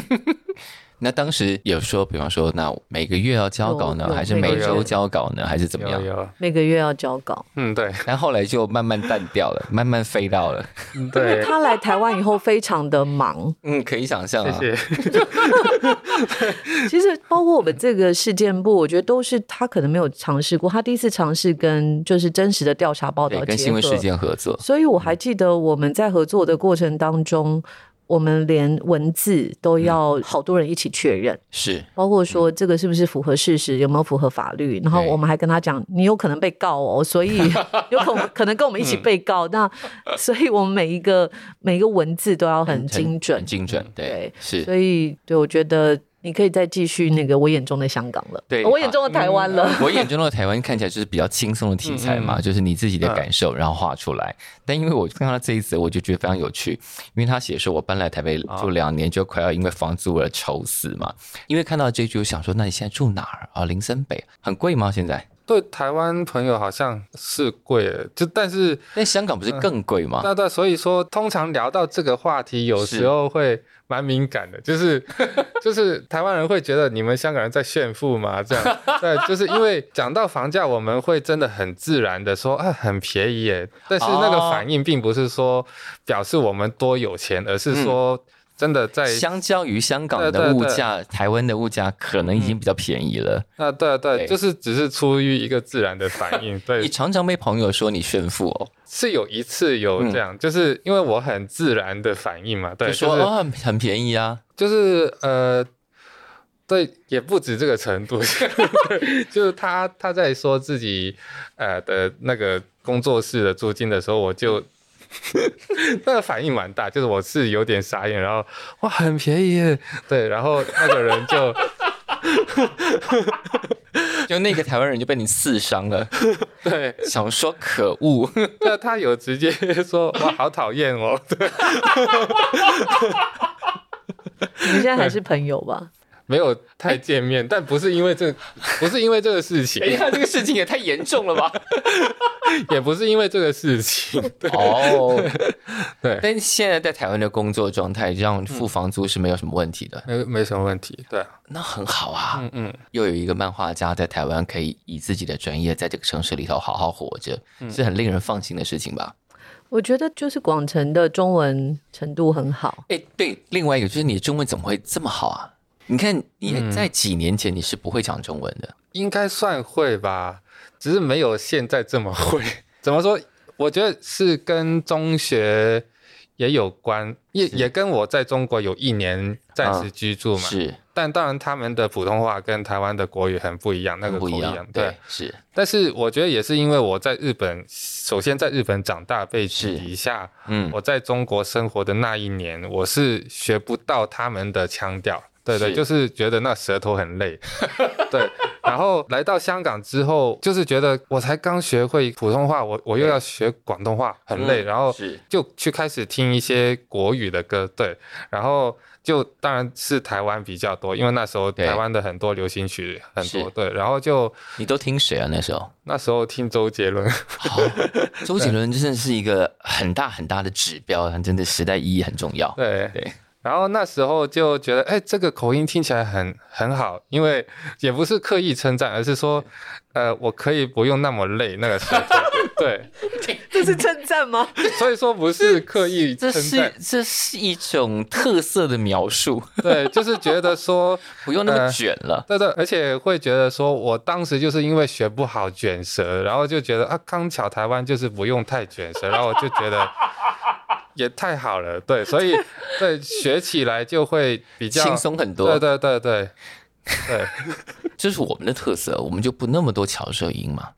[SPEAKER 2] 那当时有说，比方说，那每个月要交稿
[SPEAKER 3] 有
[SPEAKER 2] 呢，
[SPEAKER 3] 有
[SPEAKER 2] 还是
[SPEAKER 3] 每
[SPEAKER 1] 个
[SPEAKER 2] 每
[SPEAKER 1] 月
[SPEAKER 2] 周交稿呢，还是怎么
[SPEAKER 1] 有
[SPEAKER 2] 样？
[SPEAKER 1] 有，
[SPEAKER 3] 每个月要交稿。
[SPEAKER 1] 嗯，对
[SPEAKER 2] 但后来就慢慢淡掉了，慢慢飞到了。
[SPEAKER 1] [LAUGHS] 对，
[SPEAKER 3] 他来台湾以后非常的忙，
[SPEAKER 2] 嗯，可以想象啊。
[SPEAKER 1] 谢谢。
[SPEAKER 3] 其实包括我们这个事件部，我觉得都是他可能没有尝试过，他第一次尝试跟就是真实的调查报道
[SPEAKER 2] 对，
[SPEAKER 3] 结合，
[SPEAKER 2] 跟新闻事件嗯合作。
[SPEAKER 3] 所以我还记得我们在合作的过程当中，我们连文字
[SPEAKER 2] 嗯
[SPEAKER 3] 都要好多人一起确认，
[SPEAKER 2] 是
[SPEAKER 3] 包括说这个是不是符合事实，有没有符合法律。然后
[SPEAKER 2] 嗯对
[SPEAKER 3] 我们还跟他讲，你有可能被告哦，
[SPEAKER 2] [LAUGHS]
[SPEAKER 3] 所以有可能可能跟我们一起被告。
[SPEAKER 2] 嗯
[SPEAKER 3] 那所以我们每一个每一个文字都要很精准
[SPEAKER 2] 很。精准，对
[SPEAKER 3] 嗯对，
[SPEAKER 2] 是。
[SPEAKER 3] 所以对我觉得你可以再继续那个我眼中的香港了，
[SPEAKER 2] 对
[SPEAKER 3] 我眼中的台湾了。
[SPEAKER 2] 我眼中的台湾看起来就是比较轻松的题材嘛，
[SPEAKER 1] 嗯嗯嗯
[SPEAKER 2] 就是你自己的感受，然后画出来。但因为我看到这一则，我就觉得非常有趣，因为他写说，我搬来台北
[SPEAKER 1] 啊
[SPEAKER 2] 住两年，就快要因为房租而愁死嘛。因为看到这一句，我想说，那你现在住哪儿啊？林森北很贵吗？现在？
[SPEAKER 1] 对台湾朋友好像是贵了，就但是
[SPEAKER 2] 但香港
[SPEAKER 1] 嗯
[SPEAKER 2] 不是更贵吗？
[SPEAKER 1] 那那所以说，通常聊到这个话题，有时候会蛮敏感的，就是
[SPEAKER 2] [LAUGHS]
[SPEAKER 1] 就是台湾人会觉得你们香港人在炫富嘛，这
[SPEAKER 2] [LAUGHS]
[SPEAKER 1] 样对，就是因为讲到房价，我们会真的很自然的说啊很便宜耶，但是那个
[SPEAKER 2] 哦
[SPEAKER 1] 反应并不是说表示我们多有钱，而是说真的在
[SPEAKER 2] 相较于嗯香港
[SPEAKER 1] 对对
[SPEAKER 2] 的物
[SPEAKER 1] 对
[SPEAKER 2] 价，台湾的物价可能已经比较便宜了。
[SPEAKER 1] 啊对
[SPEAKER 2] 对
[SPEAKER 1] 对，就是只是出于一个自然的反应，对
[SPEAKER 2] [LAUGHS] 你，常常被朋友说你炫富哦，
[SPEAKER 1] 是有一次有这样，就是因为我很自然的反应嘛，对，
[SPEAKER 2] 嗯就说
[SPEAKER 1] 是
[SPEAKER 2] 哦很很便宜啊，
[SPEAKER 1] 就是呃，对，也不止这个程度， [LAUGHS] 就是他他在说自己呃的那个工作室的租金的时候，我就那个反应蛮大，就是我是有点傻眼，然后哇很便宜耶，对，然后那个人就
[SPEAKER 2] 就那个台湾人就被你刺
[SPEAKER 1] [LAUGHS]
[SPEAKER 2] 伤了，
[SPEAKER 1] 对，
[SPEAKER 2] 想说可恶，
[SPEAKER 1] 那他有直接说哇好讨厌哦， [LAUGHS] 对，
[SPEAKER 2] 嗯
[SPEAKER 3] 你们现在还是朋友
[SPEAKER 2] [LAUGHS]
[SPEAKER 3] 吧？
[SPEAKER 1] 没有太见面，但不是因为这不是因为这个事情
[SPEAKER 2] 等一，下这个事情也太严重了吧？
[SPEAKER 1] 也不是因为这个事情，对 [LAUGHS]
[SPEAKER 2] 哦，
[SPEAKER 1] 对。
[SPEAKER 2] 但现在在台湾的工作状态，让付房租是没有什么问题的，
[SPEAKER 1] 没没什么问题，对，
[SPEAKER 2] 那很好啊。
[SPEAKER 1] 嗯嗯，
[SPEAKER 2] 又有一个漫画家在台湾可以以自己的专业在这个城市里头好好活着，
[SPEAKER 1] 嗯
[SPEAKER 2] 是很令人放心的事情吧？
[SPEAKER 3] 我觉得就是广城的中文程度很好，
[SPEAKER 2] 哎，对，另外一个就是你的中文怎么会这么好啊？你看，你在几年前你是不会讲中文的，
[SPEAKER 1] 应该算会吧，只是没有现在这么会。 [LAUGHS] 怎么说？我觉得是跟中学也有关，也也跟我在中国有一年暂时居住嘛。
[SPEAKER 2] 啊是
[SPEAKER 1] 但当然，他们的普通话跟台湾的国语很不一样，那个
[SPEAKER 2] 不一
[SPEAKER 1] 口
[SPEAKER 2] 样
[SPEAKER 1] 音，对。
[SPEAKER 2] 是
[SPEAKER 1] 但是我觉得也是因为我在日本，首先在日本长大背景底下，
[SPEAKER 2] 嗯
[SPEAKER 1] 我在中国生活的那一年，我是学不到他们的腔调。对对，
[SPEAKER 2] 是
[SPEAKER 1] 就是觉得那舌头很累， [LAUGHS] 对。然后来到香港之后，就是觉得我才刚学会普通话，我我又要学广东话，很累。
[SPEAKER 2] 嗯
[SPEAKER 1] 然后
[SPEAKER 2] 是
[SPEAKER 1] 就去开始听一些国语的歌，对。然后就当然是台湾比较多，因为那时候
[SPEAKER 2] 对
[SPEAKER 1] 台湾的很多流行曲很
[SPEAKER 2] 是
[SPEAKER 1] 多，对。然后就
[SPEAKER 2] 你都听谁啊？那时候，
[SPEAKER 1] 那时候听周杰伦，
[SPEAKER 2] 好， [LAUGHS] 周杰伦真的是一个很大很大的指标，他真的时代意义很重要。
[SPEAKER 1] 对
[SPEAKER 2] 对。
[SPEAKER 1] 然后那时候就觉得，哎，这个口音听起来很很好，因为也不是刻意称赞，而是说，呃，我可以不用那么累那个时
[SPEAKER 2] [LAUGHS]
[SPEAKER 1] 候，对，
[SPEAKER 3] 这是称赞吗？
[SPEAKER 1] 所以说不是刻意
[SPEAKER 2] 这
[SPEAKER 1] 称
[SPEAKER 2] 是
[SPEAKER 1] 赞，
[SPEAKER 2] 这是一种特色的描述，
[SPEAKER 1] 对，就是觉得说， [LAUGHS]
[SPEAKER 2] 不用那么
[SPEAKER 1] 呃
[SPEAKER 2] 卷了。
[SPEAKER 1] 对对，而且会觉得说我当时就是因为学不好卷舌，然后就觉得啊，刚巧台湾就是不用太卷舌，然后我就觉
[SPEAKER 2] [LAUGHS]
[SPEAKER 1] 得也太好了，对，所以对学起来就会比较
[SPEAKER 2] 轻，松很多，
[SPEAKER 1] 对对对对对。
[SPEAKER 2] 这是我们的特色，我们就不那么多翘舌音嘛。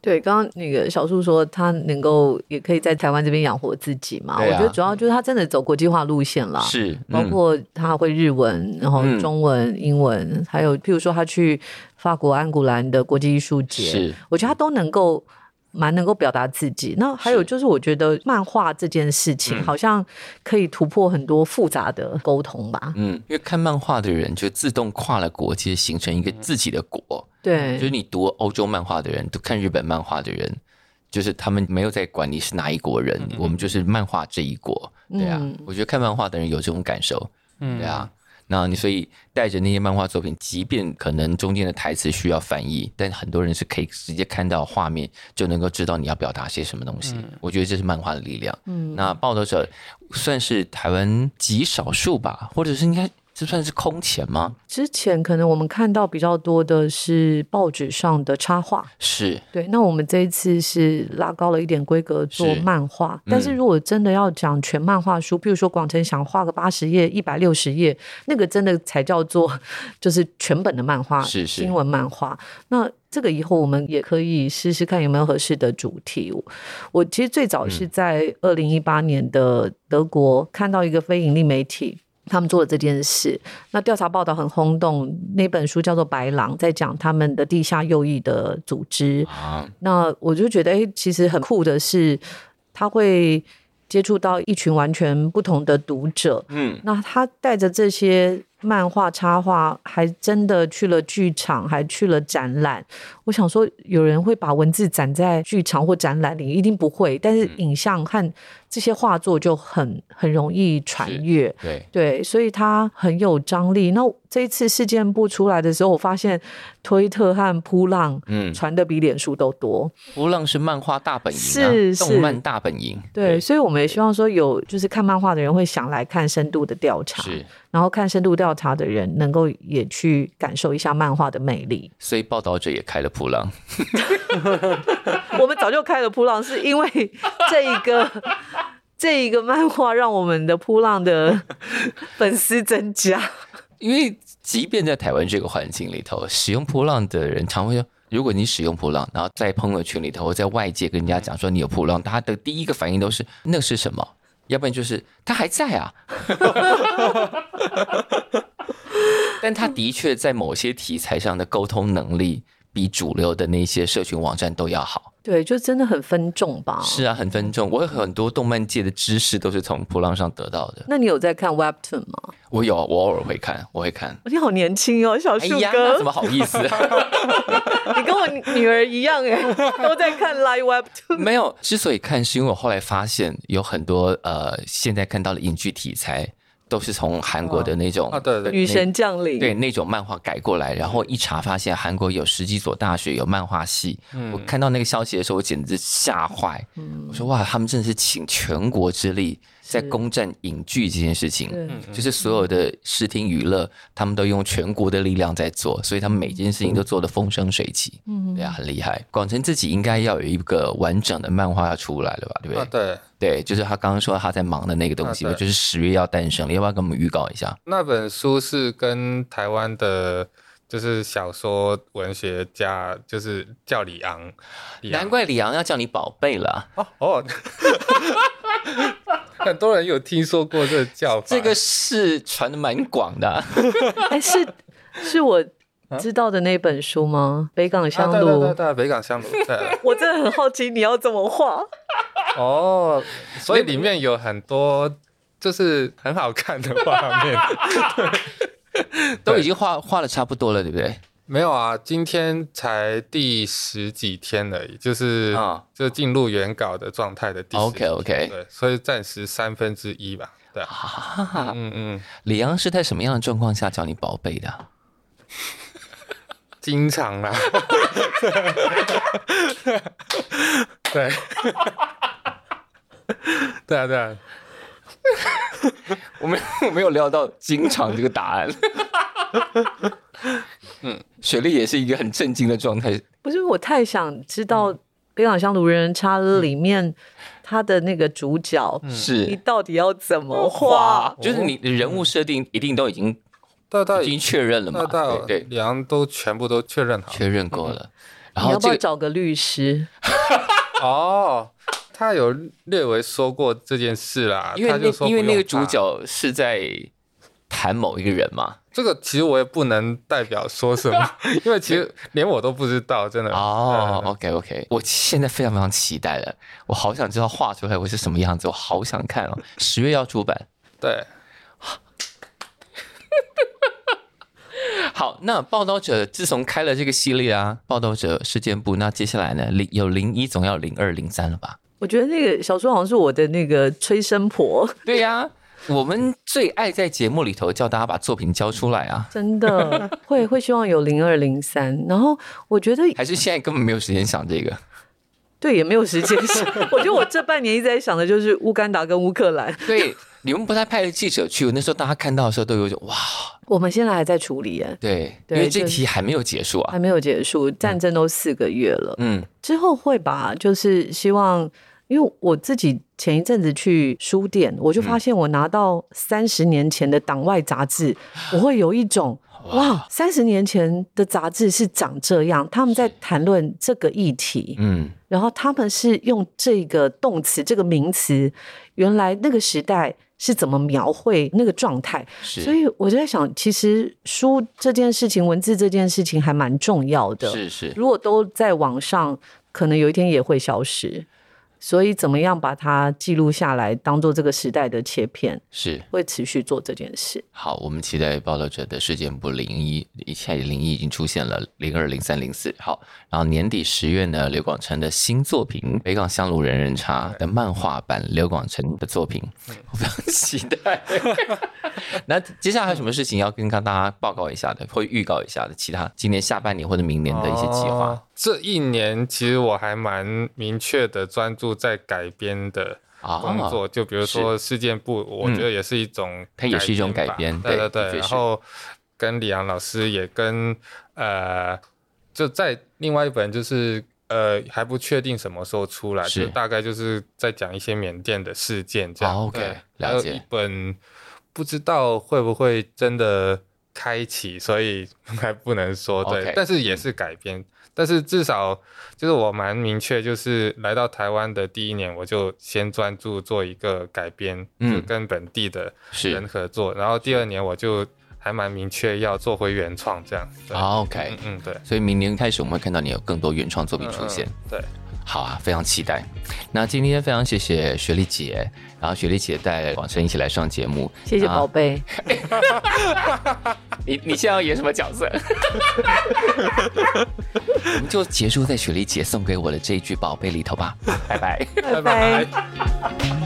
[SPEAKER 3] 对，刚刚那个小树说他能够也可以在台湾这边养活自己嘛，
[SPEAKER 2] 对
[SPEAKER 3] 我
[SPEAKER 2] 啊
[SPEAKER 3] 觉得主要就是他真的走国际化路线啦。
[SPEAKER 2] 是，
[SPEAKER 3] 啊包
[SPEAKER 2] 嗯
[SPEAKER 3] 括他会日文，然后
[SPEAKER 2] 嗯
[SPEAKER 3] 中文、英文，还有譬如说他去法国安古兰的国际艺术节
[SPEAKER 2] 是，
[SPEAKER 3] 我觉得他都能够蛮能够表达自己。那还有
[SPEAKER 2] 是
[SPEAKER 3] 就是，我觉得漫画这件事情
[SPEAKER 2] 嗯
[SPEAKER 3] 好像可以突破很多复杂的沟通吧。
[SPEAKER 2] 嗯，因为看漫画的人就自动跨了国界，形成一
[SPEAKER 1] 嗯
[SPEAKER 2] 个自己的国。就
[SPEAKER 3] 对
[SPEAKER 2] 是你读欧洲漫画的人，读看日本漫画的人，就是他们没有在管你是哪一国人，我们就是漫画这一国。对啊，
[SPEAKER 3] 嗯
[SPEAKER 2] 我觉得看漫画的人有这种感受。
[SPEAKER 1] 嗯
[SPEAKER 2] 对啊，那你所以带着那些漫画作品，即便可能中间的台词需要翻译，但很多人是可以直接看到画面就能够知道你要表达些什么东西。我觉得这是漫画的力量。
[SPEAKER 3] 嗯
[SPEAKER 2] 那报道者算是台湾极少数吧，或者是应该这算是空前吗？
[SPEAKER 3] 之前可能我们看到比较多的是报纸上的插画，
[SPEAKER 2] 是
[SPEAKER 3] 对，那我们这一次是拉高了一点规格做
[SPEAKER 2] 是嗯
[SPEAKER 3] 漫画，但是如果真的要讲全漫画书，比如说广成想画个八十页、一百六十页，那个真的才叫做 [LAUGHS] 就是全本的漫画，
[SPEAKER 2] 是是
[SPEAKER 3] 英文漫画。那这个以后我们也可以试试看有没有合适的主题。我我其实最早
[SPEAKER 2] 嗯
[SPEAKER 3] 是在二零一八年的德国看到一个非盈利媒体。他们做了这件事，那调查报道很轰动。那本书叫做《白狼》，在讲他们的地下右翼的组织。
[SPEAKER 2] 啊，
[SPEAKER 3] 那我就觉得，哎、其实很酷的是，他会接触到一群完全不同的读者。
[SPEAKER 2] 嗯，
[SPEAKER 3] 那他带着这些漫画、插画，还真的去了剧场，还去了展览。我想说，有人会把文字展在剧场或展览里，一定不会。但
[SPEAKER 2] 嗯
[SPEAKER 3] 是影像和这些画作就很很容易传
[SPEAKER 2] 是
[SPEAKER 3] 阅。
[SPEAKER 2] 对，
[SPEAKER 3] 对，所以它很有张力。那这一次事件部出来的时候，我发现推特和扑浪
[SPEAKER 2] 嗯，
[SPEAKER 3] 传的比脸书都多。
[SPEAKER 2] 波浪是漫画大本营、啊，
[SPEAKER 3] 是是
[SPEAKER 2] 动漫大本营，
[SPEAKER 3] 对，所以我们也希望说有就是看漫画的人会想来看深度的调查，
[SPEAKER 2] 是。
[SPEAKER 3] 然后看深度调查的人能够也去感受一下漫画的魅力。
[SPEAKER 2] 所以报道者也开了普浪，
[SPEAKER 3] 我们早就开了扑浪，是因为这一
[SPEAKER 2] [LAUGHS]
[SPEAKER 3] 个。这一个漫画让我们的扑
[SPEAKER 2] [LAUGHS]
[SPEAKER 3] 浪的粉丝增加，
[SPEAKER 2] 因为即便在台湾这个环境里头，使用波浪的人常会说，如果你使用波浪，然后在朋友圈里头，在外界跟人家讲说你有波浪，大家的第一个反应都是那是什么？要不然就是他还在
[SPEAKER 3] [LAUGHS]
[SPEAKER 2] 啊。但他的确在某些题材上的沟通能力，比主流的那些社群网站都要好。
[SPEAKER 3] 对，就真的很分众吧。
[SPEAKER 2] 是啊，很分众。我有很多动漫界的知识都是从波浪上得到的。
[SPEAKER 3] 那你有在看 Webtoon 吗？
[SPEAKER 2] 我有，我偶尔会看，我会看。
[SPEAKER 3] 你好年轻哦，小
[SPEAKER 2] 哎
[SPEAKER 3] 树
[SPEAKER 2] 呀，
[SPEAKER 3] 哥
[SPEAKER 2] 怎，么好意思？
[SPEAKER 3] 你跟我女儿一样
[SPEAKER 2] [LAUGHS]
[SPEAKER 3] 哎，都在看 Live Webtoon。
[SPEAKER 2] 没有，之所以看是因为我后来发现有很多呃，现在看到的影剧题材都是从韩国的那种、
[SPEAKER 1] 啊，对对对，
[SPEAKER 3] 女神降临，
[SPEAKER 2] 对那种漫画改过来，然后一查发现韩国有十几所大学有漫画系。我看到那个消息的时候，我简直吓坏。我说哇，他们真的是倾全国之力在攻占影剧这件事情，
[SPEAKER 3] 对
[SPEAKER 1] 嗯，
[SPEAKER 2] 就是所有的视听娱乐，他们都用全国的力量在做，所以他们每件事情都做得风生水起，
[SPEAKER 3] 嗯
[SPEAKER 2] 对啊，很厉害。广成自己应该要有一个完整的漫画要出来了吧，对不对？
[SPEAKER 1] 啊对，
[SPEAKER 2] 对，就是他刚刚说他在忙的那个东西，
[SPEAKER 1] 啊对
[SPEAKER 2] 就是十月要诞生了，要不要给我们预告一下？
[SPEAKER 1] 那本书是跟台湾的，就是小说文学家，就是叫李昂，李昂
[SPEAKER 2] 难怪李昂要叫你宝贝了，
[SPEAKER 1] 哦哦， [LAUGHS] 很多人有听说过这个叫法，啊
[SPEAKER 2] 这个是传的蛮广 [LAUGHS] 的啊、
[SPEAKER 3] 哎，是是我
[SPEAKER 2] 啊
[SPEAKER 3] 知道的那本书吗？北港
[SPEAKER 1] 啊
[SPEAKER 3] 香
[SPEAKER 1] 对对对
[SPEAKER 3] 炉。
[SPEAKER 1] 对，北港香炉，对
[SPEAKER 3] [LAUGHS] 我真的很好奇你要怎么画，
[SPEAKER 1] 哦，所以里面有很多就是很好看的画面。 [LAUGHS]
[SPEAKER 2] 都已经画画的差不多了，对不对？
[SPEAKER 1] 没有啊，今天才第十几天而已，就是、
[SPEAKER 2] 啊
[SPEAKER 1] 就进入原稿的状态的第十
[SPEAKER 2] OK OK，
[SPEAKER 1] 对，所以暂时三分之一吧，对啊，
[SPEAKER 2] 啊，
[SPEAKER 1] 嗯嗯，
[SPEAKER 2] 李昂是在什么样的状况下叫你宝贝的啊？
[SPEAKER 1] 经常啦， [LAUGHS] 对， [LAUGHS] 对啊对啊，
[SPEAKER 2] 我没我没有料到经常这个答 [LAUGHS] 案。嗯，雪莉也是一个很震惊的状态。
[SPEAKER 3] 不是我太想知
[SPEAKER 2] 嗯
[SPEAKER 3] 道《北港香炉人人叉》里面他的那个主角，
[SPEAKER 2] 嗯
[SPEAKER 3] 你
[SPEAKER 2] 是
[SPEAKER 3] 到底要怎么
[SPEAKER 2] 哇
[SPEAKER 3] 画？，
[SPEAKER 2] 就是你的人物设定一定都已经
[SPEAKER 1] 大大
[SPEAKER 2] 已经确认了嘛
[SPEAKER 1] 大？大
[SPEAKER 2] 对对，
[SPEAKER 1] 梁都全部都确认好了
[SPEAKER 2] 确认过了。然
[SPEAKER 3] 嗯你
[SPEAKER 2] 后
[SPEAKER 3] 要不
[SPEAKER 2] 这
[SPEAKER 3] 要
[SPEAKER 2] 个
[SPEAKER 3] 找个律师？
[SPEAKER 1] 哦，他有略微说过这件事啦，
[SPEAKER 2] 因为
[SPEAKER 1] 他就说
[SPEAKER 2] 那因为
[SPEAKER 1] 不用
[SPEAKER 2] 那个主
[SPEAKER 1] 怕
[SPEAKER 2] 角是在谈某一个人嘛。
[SPEAKER 1] 这个其实我也不能代表说什
[SPEAKER 2] [LAUGHS]
[SPEAKER 1] 么，因为其实连我都不知道，真的。
[SPEAKER 2] 哦、
[SPEAKER 1] 嗯
[SPEAKER 2] o k OK，我现在非常非常期待了，我好想知道画出来会是什么样子，我好想看哦。十月要出版，
[SPEAKER 1] 对，
[SPEAKER 2] 好，那报道者自从开了这个系列啊，报道者事件部，那接下来呢，零有零一，总要有零二、零三了吧？
[SPEAKER 3] 我觉得那个小说好像是我的那个催生婆，
[SPEAKER 2] 对呀、我们最爱在节目里头叫大家把作品交出来啊，
[SPEAKER 3] 真的会会希望有零二零三。然后我觉得
[SPEAKER 2] 还是现在根本没有时间想这个？
[SPEAKER 3] 对，也没有时间想。 [LAUGHS] 我觉得我这半年一直在想的就是乌干达跟乌克兰。
[SPEAKER 2] 对，你们不太派记者去，那时候大家看到的时候都有一种哇，
[SPEAKER 3] 我们现在还在处理耶，
[SPEAKER 2] 对，
[SPEAKER 3] 对
[SPEAKER 2] 因为这
[SPEAKER 3] 就是
[SPEAKER 2] 题还没有结束啊
[SPEAKER 3] 还，没有结束，战争都四个月了，
[SPEAKER 2] 嗯，
[SPEAKER 3] 之后会吧？就是希望，因为我自己前一阵子去书店，我就发现我拿到三十年前的党外杂志，我会有一种。哇，三十年前的杂志是长这样，他们在谈论这个议题，
[SPEAKER 2] 嗯，
[SPEAKER 3] 然后他们是用这个动词、这个名词，原来那个时代是怎么描绘那个状态。
[SPEAKER 2] 是，
[SPEAKER 3] 所以我就在想，其实书这件事情、文字这件事情还蛮重要的。
[SPEAKER 2] 是是，
[SPEAKER 3] 如果都在网上，可能有一天也会消失。所以，怎么样把它记录下来，当做这个时代的切片，
[SPEAKER 2] 是。
[SPEAKER 3] 会持续做这件事。
[SPEAKER 2] 好，我们期待报道者的事件部零一，现在零一已经出现了，零二、零三、零四。好，然后年底十月呢，刘广成的新作品《北港香炉人人茶》的漫画版，刘广成的作品，
[SPEAKER 1] 嗯
[SPEAKER 2] 我非常期待。 [LAUGHS] 那接下来还有什么事情要跟大家报告一下的，或预告一下的？其他今年下半年或者明年的一些计划？
[SPEAKER 1] 哦这一年其实我还蛮明确的专注在改编的
[SPEAKER 2] 啊嗯
[SPEAKER 1] 工作，就比如说事件部，我觉得也是一种吧，
[SPEAKER 2] 它也是一种改编
[SPEAKER 1] 对
[SPEAKER 2] 对
[SPEAKER 1] 对对。
[SPEAKER 2] 的确是
[SPEAKER 1] 然后跟李昂老师也跟呃，就在另外一本就是。呃，还不确定什么时候出来，
[SPEAKER 2] 是
[SPEAKER 1] 就大概就是在讲一些缅甸的事件这样。
[SPEAKER 2] 哦，OK，
[SPEAKER 1] 对
[SPEAKER 2] 了
[SPEAKER 1] 还有
[SPEAKER 2] 解
[SPEAKER 1] 一本不知道会不会真的开启，所以还不能说对
[SPEAKER 2] OK 嗯
[SPEAKER 1] 但是也是改编。但是至少就是我蛮明确，就是来到台湾的第一年，我就先专注做一个改编，
[SPEAKER 2] 嗯
[SPEAKER 1] 就跟本地的
[SPEAKER 2] 是
[SPEAKER 1] 人合作。然后第二年我就还蛮明确要做回原创这样。对，
[SPEAKER 2] 啊，OK，、
[SPEAKER 1] 嗯嗯，对，
[SPEAKER 2] 所以明年开始我们会看到你有更多原创作品出现。
[SPEAKER 1] 嗯嗯对。
[SPEAKER 2] 好啊，非常期待。那今天非常谢谢雪莉姐，然后雪莉姐带广生一起来上节目，
[SPEAKER 3] 谢谢
[SPEAKER 2] 啊 [LAUGHS]
[SPEAKER 3] 宝贝，
[SPEAKER 2] 你你现在要演什么角色？ [LAUGHS] 我们就结束在雪莉姐送给我的这一句“宝贝”里头吧，拜拜。
[SPEAKER 3] 拜拜。